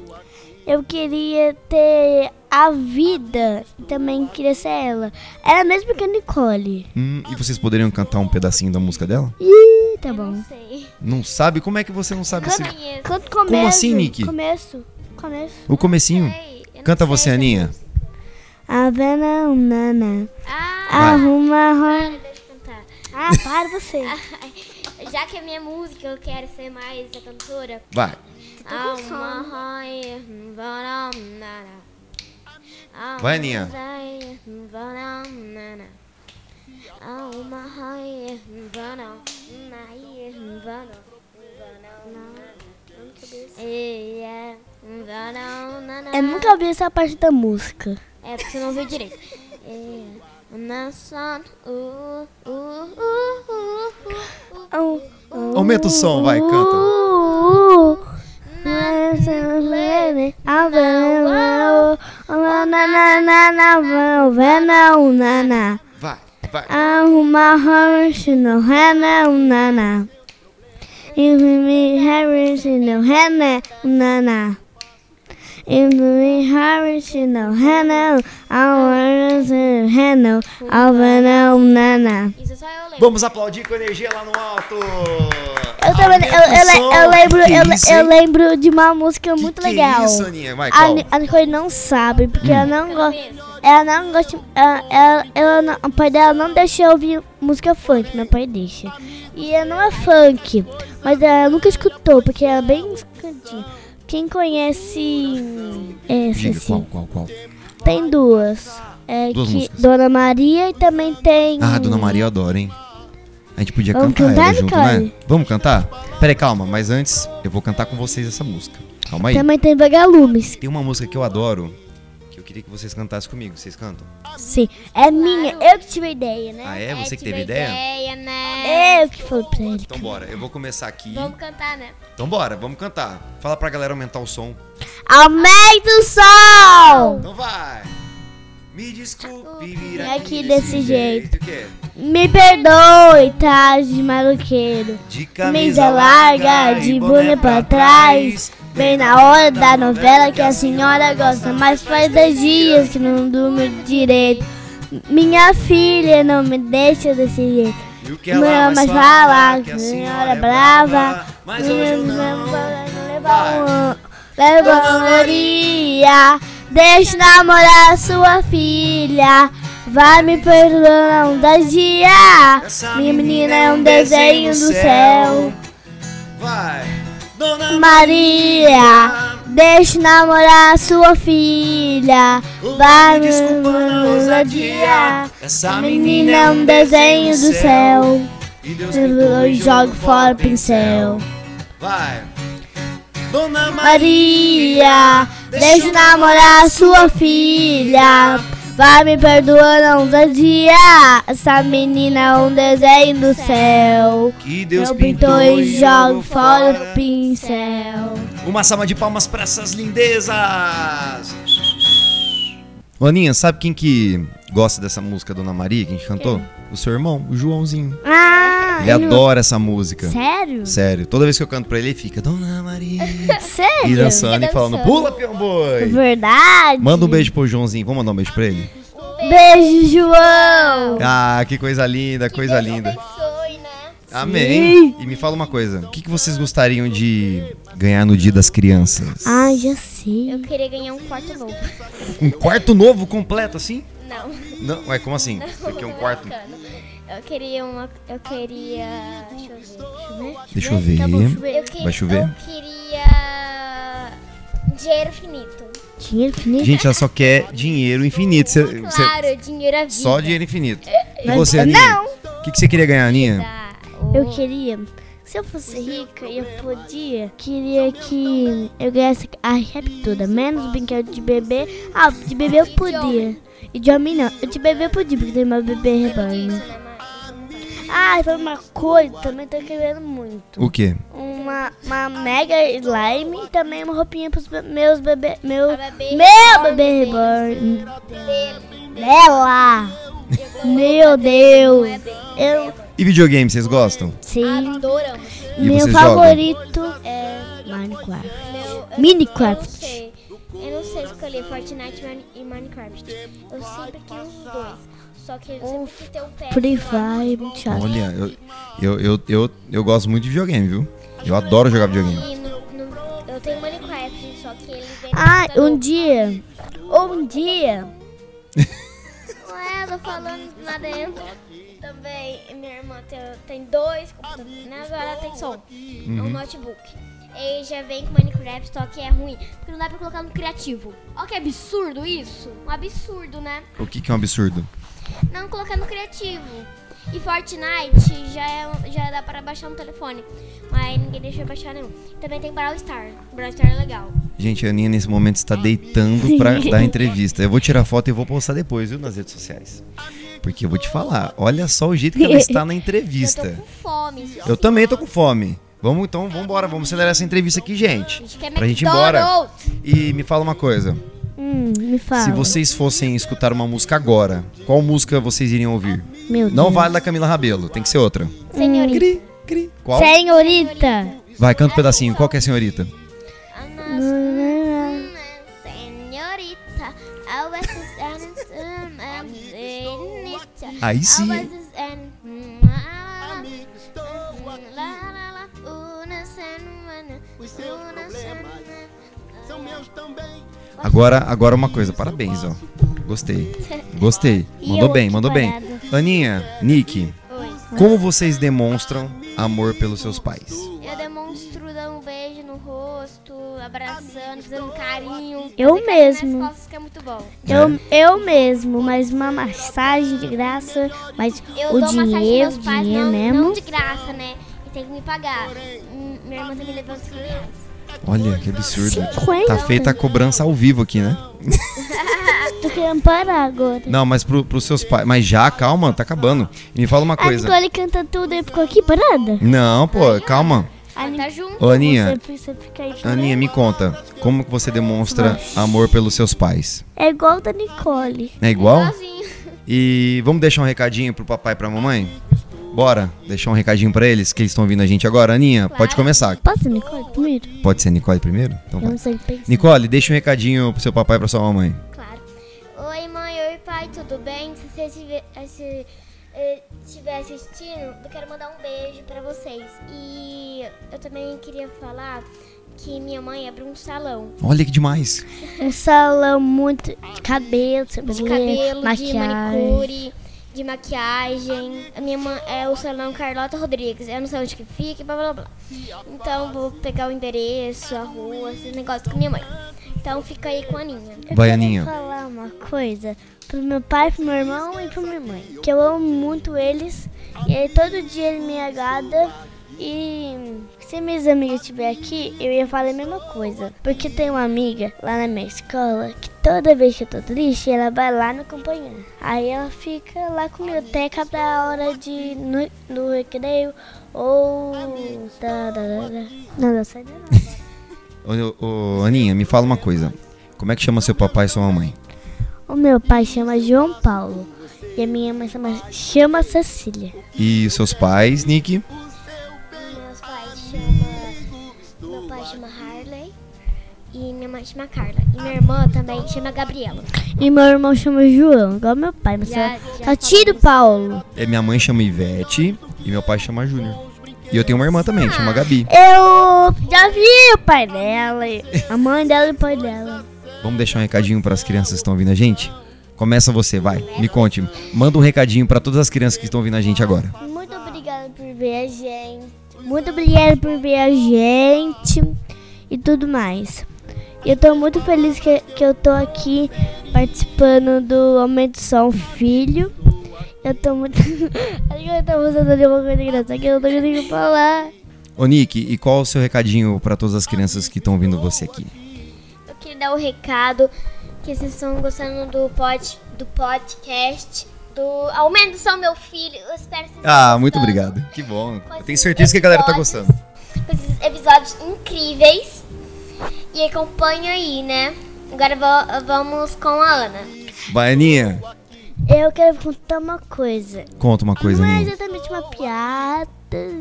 [SPEAKER 2] Eu queria ter a vida e também queria ser ela. Era a mesma que a Nicole.
[SPEAKER 1] Hum, e vocês poderiam cantar um pedacinho da música dela?
[SPEAKER 2] Ih, tá bom.
[SPEAKER 1] Uhum.
[SPEAKER 3] Não sei.
[SPEAKER 1] Não sabe? Como é que você não sabe esse...
[SPEAKER 3] Conheço.
[SPEAKER 2] Canto começo.
[SPEAKER 1] assim, Nick?
[SPEAKER 2] Começo. Começo.
[SPEAKER 1] o comecinho?
[SPEAKER 3] Sei, eu não
[SPEAKER 1] Uhum. Canta
[SPEAKER 3] sei
[SPEAKER 1] você,
[SPEAKER 3] essa
[SPEAKER 1] Aninha.
[SPEAKER 3] música.
[SPEAKER 2] Havana, nana.
[SPEAKER 3] Ah,
[SPEAKER 2] Arruma, arruma.
[SPEAKER 3] para, deixa eu cantar.
[SPEAKER 2] Ah, para você.
[SPEAKER 3] Já que é minha música, eu quero ser mais a cantora.
[SPEAKER 1] Vai.
[SPEAKER 3] Tá
[SPEAKER 1] Vai,
[SPEAKER 3] Vai,
[SPEAKER 1] Aninha. É
[SPEAKER 2] Eu nunca ouvi essa parte da música.
[SPEAKER 3] É, porque você não ouviu direito. É, na sun, uh, uh, uh, uh, uh,
[SPEAKER 2] Au, au,
[SPEAKER 1] Aumenta o som, vai, canta.
[SPEAKER 2] au, au. Havana, oh, nana, nana, Havana, oh, nana.
[SPEAKER 1] Vai, vai.
[SPEAKER 2] Arruma Harris no Hannah Unana. If me Harris no Hannah Unana. If me Harris no Hannah, I want to Hannah Alvana Unana.
[SPEAKER 3] Isso é só eu lembro.
[SPEAKER 1] Vamos aplaudir com energia lá no alto.
[SPEAKER 2] Eu também, eu, eu, le- eu lembro, eu, le- eu lembro de uma música muito legal.
[SPEAKER 1] Que é isso, Aninha? Vai,
[SPEAKER 2] A,
[SPEAKER 1] qual? Hum.
[SPEAKER 2] Ni- a Nicole não sabe, porque ela não gosta.
[SPEAKER 3] Cabeça.
[SPEAKER 2] Ela não gosta. Ela, ela, ela não- o pai dela não deixa eu ouvir música funk, meu pai deixa. E ela não é funk, mas ela nunca escutou, porque ela é bem escandinha. Quem conhece essa
[SPEAKER 1] Diga, qual,
[SPEAKER 2] assim?
[SPEAKER 1] qual, qual?
[SPEAKER 2] Tem duas. É
[SPEAKER 1] Duas
[SPEAKER 2] que
[SPEAKER 1] músicas.
[SPEAKER 2] Dona Maria e também tem.
[SPEAKER 1] Ah, Dona Maria eu adoro, hein? A gente podia
[SPEAKER 2] Vamos
[SPEAKER 1] cantar,
[SPEAKER 2] cantar,
[SPEAKER 1] ela junto,
[SPEAKER 2] Nicole?
[SPEAKER 1] né? Vamos cantar? Peraí, calma, mas antes eu vou cantar com vocês essa música. Calma aí.
[SPEAKER 2] Também tem Vagalumes.
[SPEAKER 1] Tem uma música que eu adoro, que eu queria que vocês cantassem comigo. Vocês cantam?
[SPEAKER 2] Sim. É minha. Eu que tive a ideia, né?
[SPEAKER 1] Ah, é? Você que teve
[SPEAKER 3] tive a
[SPEAKER 1] ideia? É,
[SPEAKER 3] né?
[SPEAKER 2] Eu que falei pra ele.
[SPEAKER 1] Então bora, eu vou começar aqui.
[SPEAKER 3] Vamos cantar, né?
[SPEAKER 1] Então bora, vamos cantar. Fala pra galera aumentar o som.
[SPEAKER 2] Aumenta o sol!
[SPEAKER 1] Então vai! Me desculpe vir
[SPEAKER 2] Aqui
[SPEAKER 1] aqui
[SPEAKER 2] desse
[SPEAKER 1] desse jeito. que é.
[SPEAKER 2] Me perdoe, tá de maluqueiro.
[SPEAKER 1] De
[SPEAKER 2] Camisa larga, de bunda pra trás, Bem na hora da novela que a senhora gosta, mas faz dois dias que não durmo direito. Minha filha não me deixa desse jeito.
[SPEAKER 1] E o que
[SPEAKER 2] Não é mais falar que a senhora é brava. Mas hoje não. um Leva uma Maria, deixa namorar sua filha. Vai me perdoar um das dias. Minha menina é um desenho do céu.
[SPEAKER 1] Vai, dona
[SPEAKER 2] Maria, deixa namorar sua filha. Vai me
[SPEAKER 1] a ousadia.
[SPEAKER 2] ousadia.
[SPEAKER 1] Essa
[SPEAKER 2] Menina é um desenho do céu.
[SPEAKER 1] E Deus
[SPEAKER 2] Eu jogo fora o pincel.
[SPEAKER 1] Vai, dona
[SPEAKER 2] Maria, deixa eu namorar sua filha. Vai me perdoar não dá dia. Essa menina é um desenho do céu.
[SPEAKER 1] Que Deus
[SPEAKER 2] Eu pintou e jogo fora o pincel.
[SPEAKER 1] Uma salva de palmas para essas lindezas. Aninha, sabe quem que gosta dessa música Dona Maria, quem cantou? O seu irmão, o Joãozinho.
[SPEAKER 2] Ah,
[SPEAKER 1] Ele adora essa música.
[SPEAKER 2] sério?
[SPEAKER 1] Sério, toda vez que eu canto pra ele, ele fica Dona Maria.
[SPEAKER 2] Sério?
[SPEAKER 1] E dançando e falando,
[SPEAKER 4] dançando.
[SPEAKER 1] pula, peão boi.
[SPEAKER 2] Verdade.
[SPEAKER 1] Manda um beijo pro Joãozinho. Vamos mandar um beijo pra ele?
[SPEAKER 2] Beijo, João.
[SPEAKER 1] Ah, que coisa linda, coisa linda.
[SPEAKER 3] Abençoe, né?
[SPEAKER 1] Amém. E me fala uma coisa. O que, que vocês gostariam de ganhar no Dia das Crianças?
[SPEAKER 2] Ah, já sei.
[SPEAKER 4] Eu queria ganhar um quarto novo.
[SPEAKER 1] Um quarto novo completo, assim?
[SPEAKER 4] Não.
[SPEAKER 1] Não, é como assim? Porque um quarto...
[SPEAKER 4] Eu queria uma. Eu queria. Deixa eu ver.
[SPEAKER 1] Deixa eu ver.
[SPEAKER 4] Tá bom, deixa eu ver.
[SPEAKER 3] Eu que-
[SPEAKER 1] Vai chover?
[SPEAKER 3] Eu queria dinheiro finito.
[SPEAKER 2] Dinheiro finito.
[SPEAKER 1] Gente, ela só quer dinheiro infinito. Cê- cê-
[SPEAKER 3] Claro, dinheiro à vida.
[SPEAKER 1] só dinheiro infinito. E
[SPEAKER 2] Mas-
[SPEAKER 1] você, Aninha? O que, que você queria ganhar, Aninha?
[SPEAKER 2] Eu queria. Se eu fosse rica e eu podia, queria que eu ganhasse a rap toda, menos brinquedo de bebê. Ah, de bebê eu podia. E de homem não. Eu de bebê eu podia, porque tem meu bebê rebanho.
[SPEAKER 3] né,
[SPEAKER 2] Ah, e foi uma coisa, também tô querendo muito.
[SPEAKER 1] O quê?
[SPEAKER 2] Uma, uma mega slime e também uma roupinha pros be- meus bebê. Meu,
[SPEAKER 3] bebê
[SPEAKER 2] meu bebê reborn. Bela! Meu Deus! Eu
[SPEAKER 1] E videogame, vocês gostam?
[SPEAKER 2] sim.
[SPEAKER 3] Adoramos.
[SPEAKER 1] E
[SPEAKER 2] Meu
[SPEAKER 1] vocês
[SPEAKER 2] favorito é Minecraft. Minecraft.
[SPEAKER 3] sei. Eu não sei escolher Fortnite Mine- e Minecraft. Eu sempre quis os dois. Só que eu sempre quis ter o pé.
[SPEAKER 2] Free Fire, é muito chato.
[SPEAKER 1] Olha, eu, eu, eu, eu, eu gosto muito de videogame, viu? Eu adoro jogar videogame.
[SPEAKER 3] E no- no- eu tenho Minecraft, só que ele vem no
[SPEAKER 2] Ah,
[SPEAKER 3] computador.
[SPEAKER 2] um dia. Um dia.
[SPEAKER 3] Ué, é, eu tô falando lá dentro. Também, minha irmã tem, tem dois computadores. Né? Agora ela tem só um, é um notebook. E já vem com Minecraft, só que é ruim. Porque não dá pra colocar no criativo. Olha que absurdo isso. Um absurdo, né?
[SPEAKER 1] O que, que é um absurdo?
[SPEAKER 3] Não colocar no criativo. E Fortnite já, é, um- já dá pra baixar no telefone. Mas ninguém deixa eu baixar nenhum. Também tem Brawl Star. Brawl Star é legal.
[SPEAKER 1] Gente, a Aninha nesse momento está deitando pra dar entrevista. Eu vou tirar foto e vou postar depois, viu, nas redes sociais. Porque eu vou te falar, olha só o jeito que ela está na
[SPEAKER 3] Eu tô
[SPEAKER 1] entrevista.
[SPEAKER 3] com fome. gente.
[SPEAKER 1] Eu também tô com fome. Vamos então, vamos embora, vamos acelerar essa entrevista aqui, gente.
[SPEAKER 3] A gente quer
[SPEAKER 1] Pra gente ir embora.
[SPEAKER 3] McDonald's.
[SPEAKER 1] E me fala uma coisa,
[SPEAKER 2] Hum, me fala.
[SPEAKER 1] se vocês fossem escutar uma música agora, qual música vocês iriam ouvir?
[SPEAKER 2] Meu
[SPEAKER 1] Não
[SPEAKER 2] Deus.
[SPEAKER 1] vale da Camila Rabelo, tem que ser outra.
[SPEAKER 3] Senhorita.
[SPEAKER 1] Cri, cri. Qual?
[SPEAKER 2] Senhorita.
[SPEAKER 1] Vai, canta um pedacinho. Qual que é a senhorita?
[SPEAKER 3] A
[SPEAKER 2] Hum.
[SPEAKER 3] nossa senhorita, a veces é uma senhorita.
[SPEAKER 1] Aí sim.
[SPEAKER 3] A
[SPEAKER 1] hein?
[SPEAKER 3] veces é uma semana. Uma semana.
[SPEAKER 1] Agora, agora uma coisa, parabéns, ó. Gostei. Gostei.
[SPEAKER 2] E
[SPEAKER 1] Mandou
[SPEAKER 2] eu
[SPEAKER 1] bem,
[SPEAKER 2] aqui
[SPEAKER 1] mandou bem.
[SPEAKER 2] parada.
[SPEAKER 1] Aninha, Nick,
[SPEAKER 3] Oi.
[SPEAKER 1] como vocês demonstram amor pelos seus pais?
[SPEAKER 3] Eu demonstro dando um beijo no rosto, abraçando, fazendo carinho.
[SPEAKER 2] Eu
[SPEAKER 3] Fazer carinho
[SPEAKER 2] mesmo.
[SPEAKER 3] Nas costas que é muito bom.
[SPEAKER 2] Eu, eu mesmo, mas uma massagem de graça, mas
[SPEAKER 3] Eu
[SPEAKER 2] o
[SPEAKER 3] dou massagem
[SPEAKER 2] dinheiro,
[SPEAKER 3] aos meus pais,
[SPEAKER 2] dinheiro
[SPEAKER 3] não,
[SPEAKER 2] mesmo.
[SPEAKER 3] não de graça, né? E tem que me pagar. Hum, Minha irmã tá me levando 5 reais.
[SPEAKER 1] Olha, que absurdo.
[SPEAKER 2] 50.
[SPEAKER 1] Tá feita a cobrança ao vivo aqui, né?
[SPEAKER 2] Tô querendo parar agora.
[SPEAKER 1] Não, mas pro, pros seus pais. Mas já, calma, tá acabando. Me fala uma
[SPEAKER 2] A
[SPEAKER 1] coisa.
[SPEAKER 2] Ah, Nicole canta tudo e ficou aqui parada?
[SPEAKER 1] Não, pô, calma.
[SPEAKER 2] A
[SPEAKER 3] Tá junto.
[SPEAKER 1] Ô, Aninha,
[SPEAKER 2] Você, você fica aí
[SPEAKER 1] Aninha, me conta. Como que você demonstra amor pelos seus pais?
[SPEAKER 2] É igual da Nicole.
[SPEAKER 1] É igual?
[SPEAKER 3] Sozinho.
[SPEAKER 1] E vamos deixar um recadinho pro papai e pra mamãe? Bora deixar um recadinho pra eles que eles estão ouvindo a gente agora. Aninha, pode começar.
[SPEAKER 2] Posso ser Nicole primeiro?
[SPEAKER 1] Pode ser Nicole primeiro? Então
[SPEAKER 2] Eu
[SPEAKER 1] vai.
[SPEAKER 2] não sei é pensar.
[SPEAKER 1] Nicole, deixa um recadinho pro seu papai e pra sua mamãe.
[SPEAKER 3] Claro. Oi, mãe, oi, pai, tudo bem? Se você estiver se, eh, estiver assistindo, eu quero mandar um beijo pra vocês. E eu também queria falar que minha mãe abriu um salão
[SPEAKER 1] Olha que demais.
[SPEAKER 2] Um salão muito de cabelo,
[SPEAKER 3] de
[SPEAKER 2] cabeleireiro,
[SPEAKER 3] cabelo, de
[SPEAKER 2] maquiagem.
[SPEAKER 3] manicure, de maquiagem. A minha mãe é o salão Carlota Rodrigues. Eu não sei onde que fica, blá blá blá. Então vou pegar o endereço, a rua, esses negócios com minha mãe. Então fica aí com a Aninha.
[SPEAKER 2] Eu
[SPEAKER 1] Vai,
[SPEAKER 2] quero
[SPEAKER 1] Aninha.
[SPEAKER 2] falar uma coisa pro meu pai, pro meu irmão e pro minha mãe. Que eu amo muito eles. E aí, todo dia ele me agrada. E se minhas amigas estiver aqui, eu ia falar a mesma coisa. Porque tem uma amiga lá na minha escola que toda vez que eu tô triste, ela vai lá me acompanhar. Aí ela fica lá comigo até cada hora de no, no recreio ou. Da, da, da, da. Não, não sai não.
[SPEAKER 1] Ô, ô, Aninha, me fala uma coisa. Como é que chama seu papai e sua mamãe?
[SPEAKER 2] O meu pai chama João Paulo e a minha mãe chama, chama Cecília.
[SPEAKER 1] E seus pais, Nick?
[SPEAKER 3] Meus pais chamam. Meu pai chama Harley. E minha mãe chama Carla. E minha irmã também chama Gabriela.
[SPEAKER 2] E meu irmão chama João, igual meu pai, mas
[SPEAKER 3] Já-
[SPEAKER 2] só,
[SPEAKER 3] já
[SPEAKER 2] só tira o Paulo.
[SPEAKER 1] É, minha mãe chama Ivete e meu pai chama Júnior. E eu tenho uma irmã também, chama Gabi.
[SPEAKER 2] Eu já vi o pai dela, e a mãe dela e o pai dela.
[SPEAKER 1] Vamos deixar um recadinho para as crianças que estão ouvindo a gente? Começa você, vai. Me conte. Manda um recadinho para todas as crianças que estão ouvindo a gente agora.
[SPEAKER 2] Muito obrigada por ver a gente. Muito obrigada por ver a gente e tudo mais. Eu tô muito feliz que, que eu tô aqui participando do Homem de Som Filho. Eu tô muito. Acho que eu tô usando de uma coisa engraçada que eu não tô conseguindo falar.
[SPEAKER 1] Ô, Nick, e qual o seu recadinho para todas as crianças que estão ouvindo você aqui?
[SPEAKER 3] Eu queria dar o recado que vocês estão gostando do, pod, do podcast. Do Aumento São Meu Filho. Eu espero que vocês
[SPEAKER 1] Ah, muito obrigado. Que bom. Eu tenho certeza que a galera tá gostando.
[SPEAKER 3] com esses episódios incríveis. E acompanha aí, né? Agora va- vamos com a Ana.
[SPEAKER 1] Vai, Aninha.
[SPEAKER 2] Eu quero contar uma coisa.
[SPEAKER 1] Conta uma coisa,
[SPEAKER 2] Não é
[SPEAKER 1] Aninha.
[SPEAKER 2] exatamente uma piada,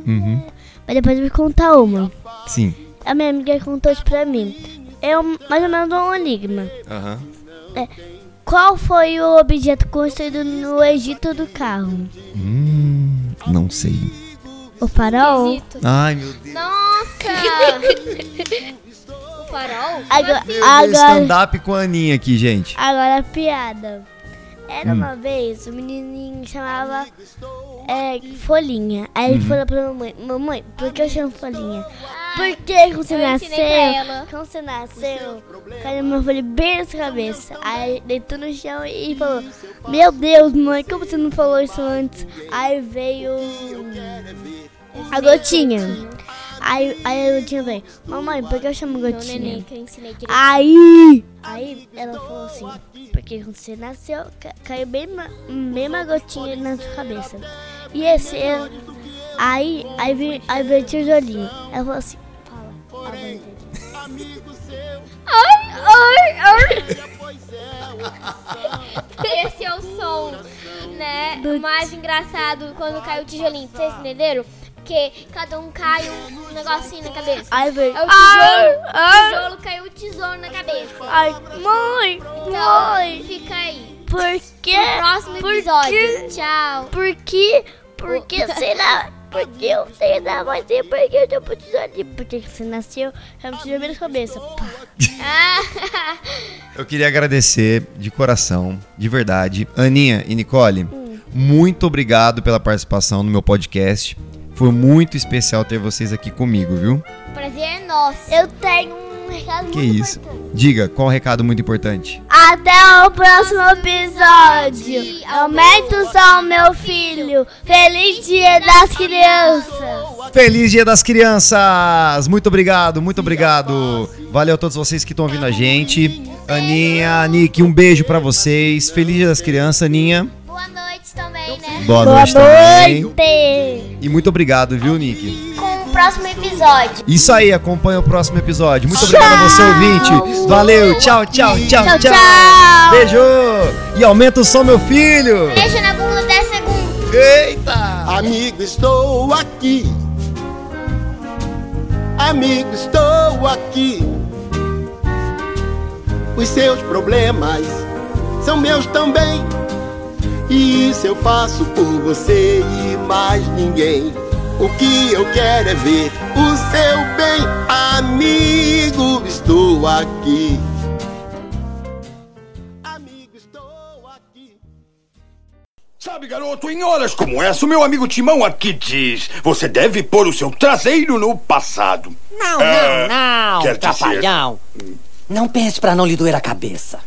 [SPEAKER 1] Uhum.
[SPEAKER 2] mas depois eu vou contar uma.
[SPEAKER 1] Sim.
[SPEAKER 2] A minha amiga contou isso pra mim. É um- mais ou menos um enigma.
[SPEAKER 1] Aham.
[SPEAKER 2] Qual foi o objeto construído no Egito do carro?
[SPEAKER 1] Hum, não sei.
[SPEAKER 2] O farol?
[SPEAKER 1] Ai, meu Deus.
[SPEAKER 3] Nossa! o farol?
[SPEAKER 2] Agora,
[SPEAKER 1] Meu
[SPEAKER 2] agora,
[SPEAKER 1] stand-up com a Aninha aqui, gente.
[SPEAKER 2] agora a piada. Era uma vez, o menininho chamava é, Folhinha. Aí ele falou pra mamãe, mamãe, por que eu chamo Folhinha? Porque quando você
[SPEAKER 3] eu ensinei
[SPEAKER 2] nasceu,
[SPEAKER 3] pra ela.
[SPEAKER 2] quando você nasceu, caiu uma folha bem na sua cabeça. Aí deitou no chão e falou, meu Deus, mãe, como você não falou isso antes? Aí veio é a gotinha. Aí, aí a gotinha veio, mamãe, por que eu chamo
[SPEAKER 3] O
[SPEAKER 2] gotinha?
[SPEAKER 3] neném né, que eu ensinei direito.
[SPEAKER 2] Aí, aí ela falou assim, porque quando você nasceu, ca- caiu bem ma- mesma gotinha na sua cabeça. E esse eu- aí, aí veio, aí veio o tijolinho. Ela falou assim, fala. fala dele.
[SPEAKER 3] Ai, ai, ai! Esse é o som, né? Mais engraçado quando cai o tijolinho. Vocês entenderam? Porque cada um cai um negocinho na cabeça.
[SPEAKER 2] Aí veio,
[SPEAKER 3] É o tijolo. O tijolo caiu o tesouro na cabeça.
[SPEAKER 2] ai, mãe,
[SPEAKER 3] Então, fica aí.
[SPEAKER 2] por que,
[SPEAKER 3] Próximo
[SPEAKER 2] por
[SPEAKER 3] episódio.
[SPEAKER 2] que,
[SPEAKER 3] Tchau.
[SPEAKER 2] por que, por que será? Por que eu sei da voz e por que eu tenho pro tijolinho? Porque você nasceu, é um tijolinho na cabeça. Pá.
[SPEAKER 3] Ah,
[SPEAKER 1] Eu queria agradecer de coração, de verdade. Aninha e Nicole, muito obrigado pela participação no meu podcast. Foi muito especial ter vocês aqui comigo, viu?
[SPEAKER 3] prazer é nosso.
[SPEAKER 2] Eu tenho um recado
[SPEAKER 1] Que isso. Diga, qual o recado muito importante?
[SPEAKER 2] Até o próximo episódio. Aumenta o som, meu filho. Feliz Dia das Crianças.
[SPEAKER 1] Feliz Dia das Crianças! Muito obrigado, muito obrigado. Valeu a todos vocês que estão ouvindo a gente. Aninha, Nick, um beijo pra vocês. Feliz Dia das Crianças, Aninha.
[SPEAKER 3] Boa noite também, né?
[SPEAKER 1] Boa,
[SPEAKER 2] Boa
[SPEAKER 1] noite, também.
[SPEAKER 2] noite.
[SPEAKER 1] E muito obrigado, viu, Nick?
[SPEAKER 3] Com o próximo episódio.
[SPEAKER 1] Isso aí, acompanha o próximo episódio. Muito obrigado a você, ouvinte. Valeu, tchau, tchau, tchau, tchau.
[SPEAKER 2] tchau.
[SPEAKER 1] Beijo! E aumenta o som, meu filho!
[SPEAKER 3] Beijo na bunda dessa segunda.
[SPEAKER 1] Eita!
[SPEAKER 5] Amigo, estou aqui. Amigo, estou aqui. Os seus problemas são meus também. E isso eu faço por você e mais ninguém. O que eu quero é ver o seu bem. Amigo, estou aqui. Amigo, estou aqui.
[SPEAKER 6] Sabe, garoto, em horas como essa, o meu amigo Timão aqui diz: você deve pôr o seu traseiro no passado.
[SPEAKER 7] Não,
[SPEAKER 6] É,
[SPEAKER 7] não,
[SPEAKER 6] quer
[SPEAKER 7] não,
[SPEAKER 6] dizer-
[SPEAKER 7] trapalhão. Não pense pra não lhe doer a cabeça.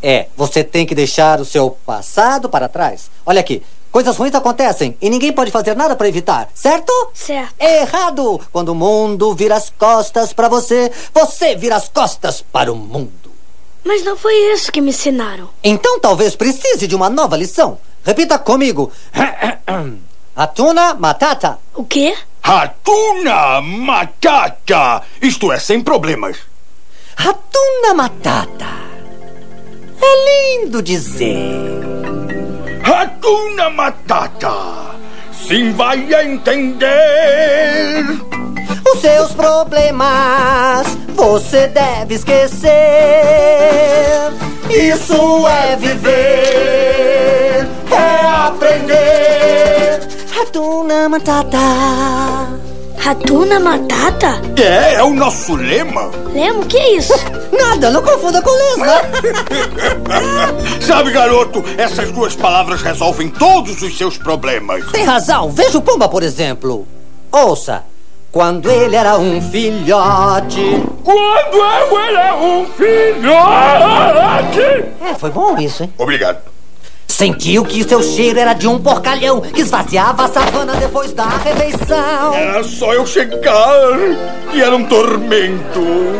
[SPEAKER 7] É, você tem que deixar o seu passado para trás. Olha aqui, coisas ruins acontecem e ninguém pode fazer nada pra evitar, certo?
[SPEAKER 3] Certo.
[SPEAKER 7] Errado! Quando o mundo vira as costas pra você, você vira as costas para o mundo.
[SPEAKER 8] Mas não foi isso que me ensinaram.
[SPEAKER 7] Então talvez precise de uma nova lição. Repita comigo. Atuna matata.
[SPEAKER 8] O quê?
[SPEAKER 6] Ratuna Matata! Isto é, sem problemas.
[SPEAKER 7] Ratuna Matata. É lindo dizer.
[SPEAKER 6] Ratuna Matata! Sim, vai entender!
[SPEAKER 7] Os seus problemas você deve esquecer. Isso é viver, é aprender. Ratuna Matata.
[SPEAKER 8] Ratuna Matata?
[SPEAKER 6] É, é o nosso lema.
[SPEAKER 8] Lemo, que é isso?
[SPEAKER 7] Nada, não confunda com lesma.
[SPEAKER 6] Sabe, garoto, essas duas palavras resolvem todos os seus problemas.
[SPEAKER 7] Tem razão. Veja o Pumba, por exemplo. Ouça. Quando ele era um filhote.
[SPEAKER 6] Quando eu era um filhote...
[SPEAKER 7] É, foi bom isso, hein?
[SPEAKER 6] Obrigado.
[SPEAKER 7] Sentiu que seu cheiro era de um porcalhão que esvaziava a savana depois da refeição.
[SPEAKER 6] Era só eu chegar e era um tormento.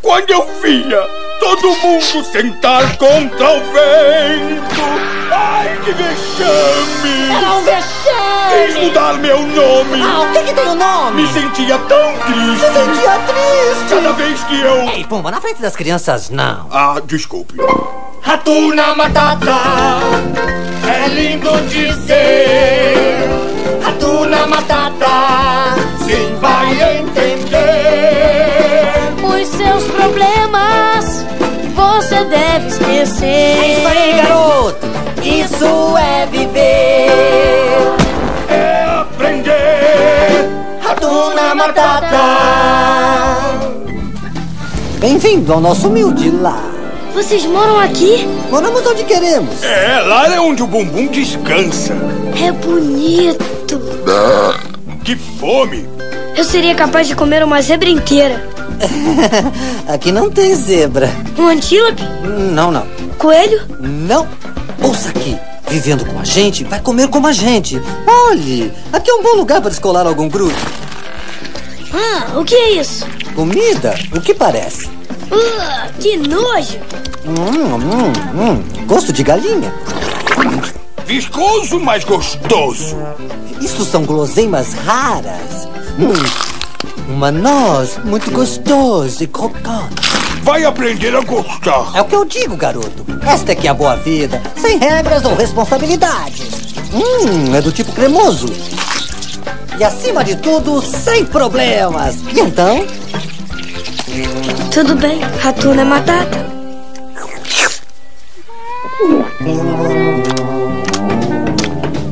[SPEAKER 6] Quando eu via todo mundo sentar contra o vento, ai que vexame!
[SPEAKER 7] Era um
[SPEAKER 6] Quis
[SPEAKER 7] vexame!
[SPEAKER 6] mudar meu
[SPEAKER 7] Ah,
[SPEAKER 6] nome,
[SPEAKER 7] o que que tem o nome?
[SPEAKER 6] me sentia tão
[SPEAKER 7] Se
[SPEAKER 6] triste
[SPEAKER 7] sentia triste!
[SPEAKER 6] cada vez que eu.
[SPEAKER 7] Ei, Pumba, na frente das crianças, não.
[SPEAKER 6] Ah, desculpe.
[SPEAKER 7] Ratuna Matata
[SPEAKER 6] É lindo dizer,
[SPEAKER 7] Ratuna Matata
[SPEAKER 6] quem vai entender.
[SPEAKER 8] Os seus problemas você deve
[SPEAKER 7] É
[SPEAKER 8] esquecer.
[SPEAKER 7] isso aí, garoto! Isso é viver
[SPEAKER 6] É aprender.
[SPEAKER 7] Ratuna Matata Bem-vindo ao nosso humilde lar
[SPEAKER 8] Vocês moram aqui?
[SPEAKER 7] Moramos onde queremos
[SPEAKER 6] É, lá é onde o bumbum descansa.
[SPEAKER 8] É bonito.
[SPEAKER 6] Que fome!
[SPEAKER 8] Eu seria capaz de comer uma zebra inteira.
[SPEAKER 7] Aqui não tem zebra
[SPEAKER 8] Um antílope?
[SPEAKER 7] Não, não,
[SPEAKER 8] Coelho?
[SPEAKER 7] não Ouça aqui Vivendo com a gente, vai comer como a gente Olhe, aqui é um bom lugar para descolar algum grupo
[SPEAKER 8] Ah, o que é isso?
[SPEAKER 7] Comida? O que parece?
[SPEAKER 8] Ah, que nojo!
[SPEAKER 7] Hum, hum, hum. Gosto de galinha.
[SPEAKER 6] Viscoso, mas gostoso.
[SPEAKER 7] Isso são guloseimas raras. Hum. Uma noz muito gostosa e crocante.
[SPEAKER 6] Vai aprender a gostar.
[SPEAKER 7] É o que eu digo, garoto. Esta é que é a boa vida, sem regras ou responsabilidades. Hum, é do tipo cremoso. E acima de tudo, sem problemas. E então?
[SPEAKER 8] Tudo bem, Ratuna Matata.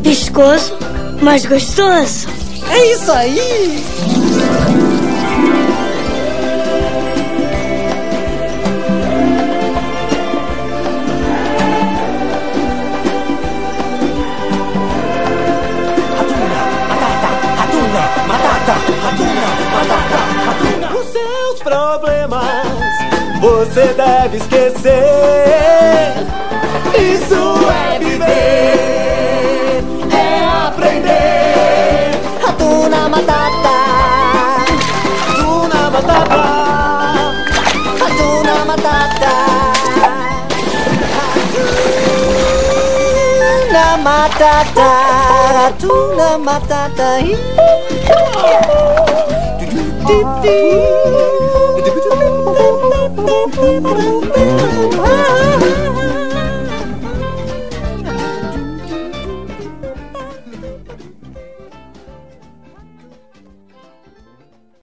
[SPEAKER 8] Viscoso, mas gostoso.
[SPEAKER 7] É isso aí!
[SPEAKER 5] Os seus problemas você deve esquecer. Isso é viver, é aprender.
[SPEAKER 7] Ratuna Matata!
[SPEAKER 5] Tuna matata.
[SPEAKER 7] Ratuna Matata! Ratuna Matata! Ratuna Matata!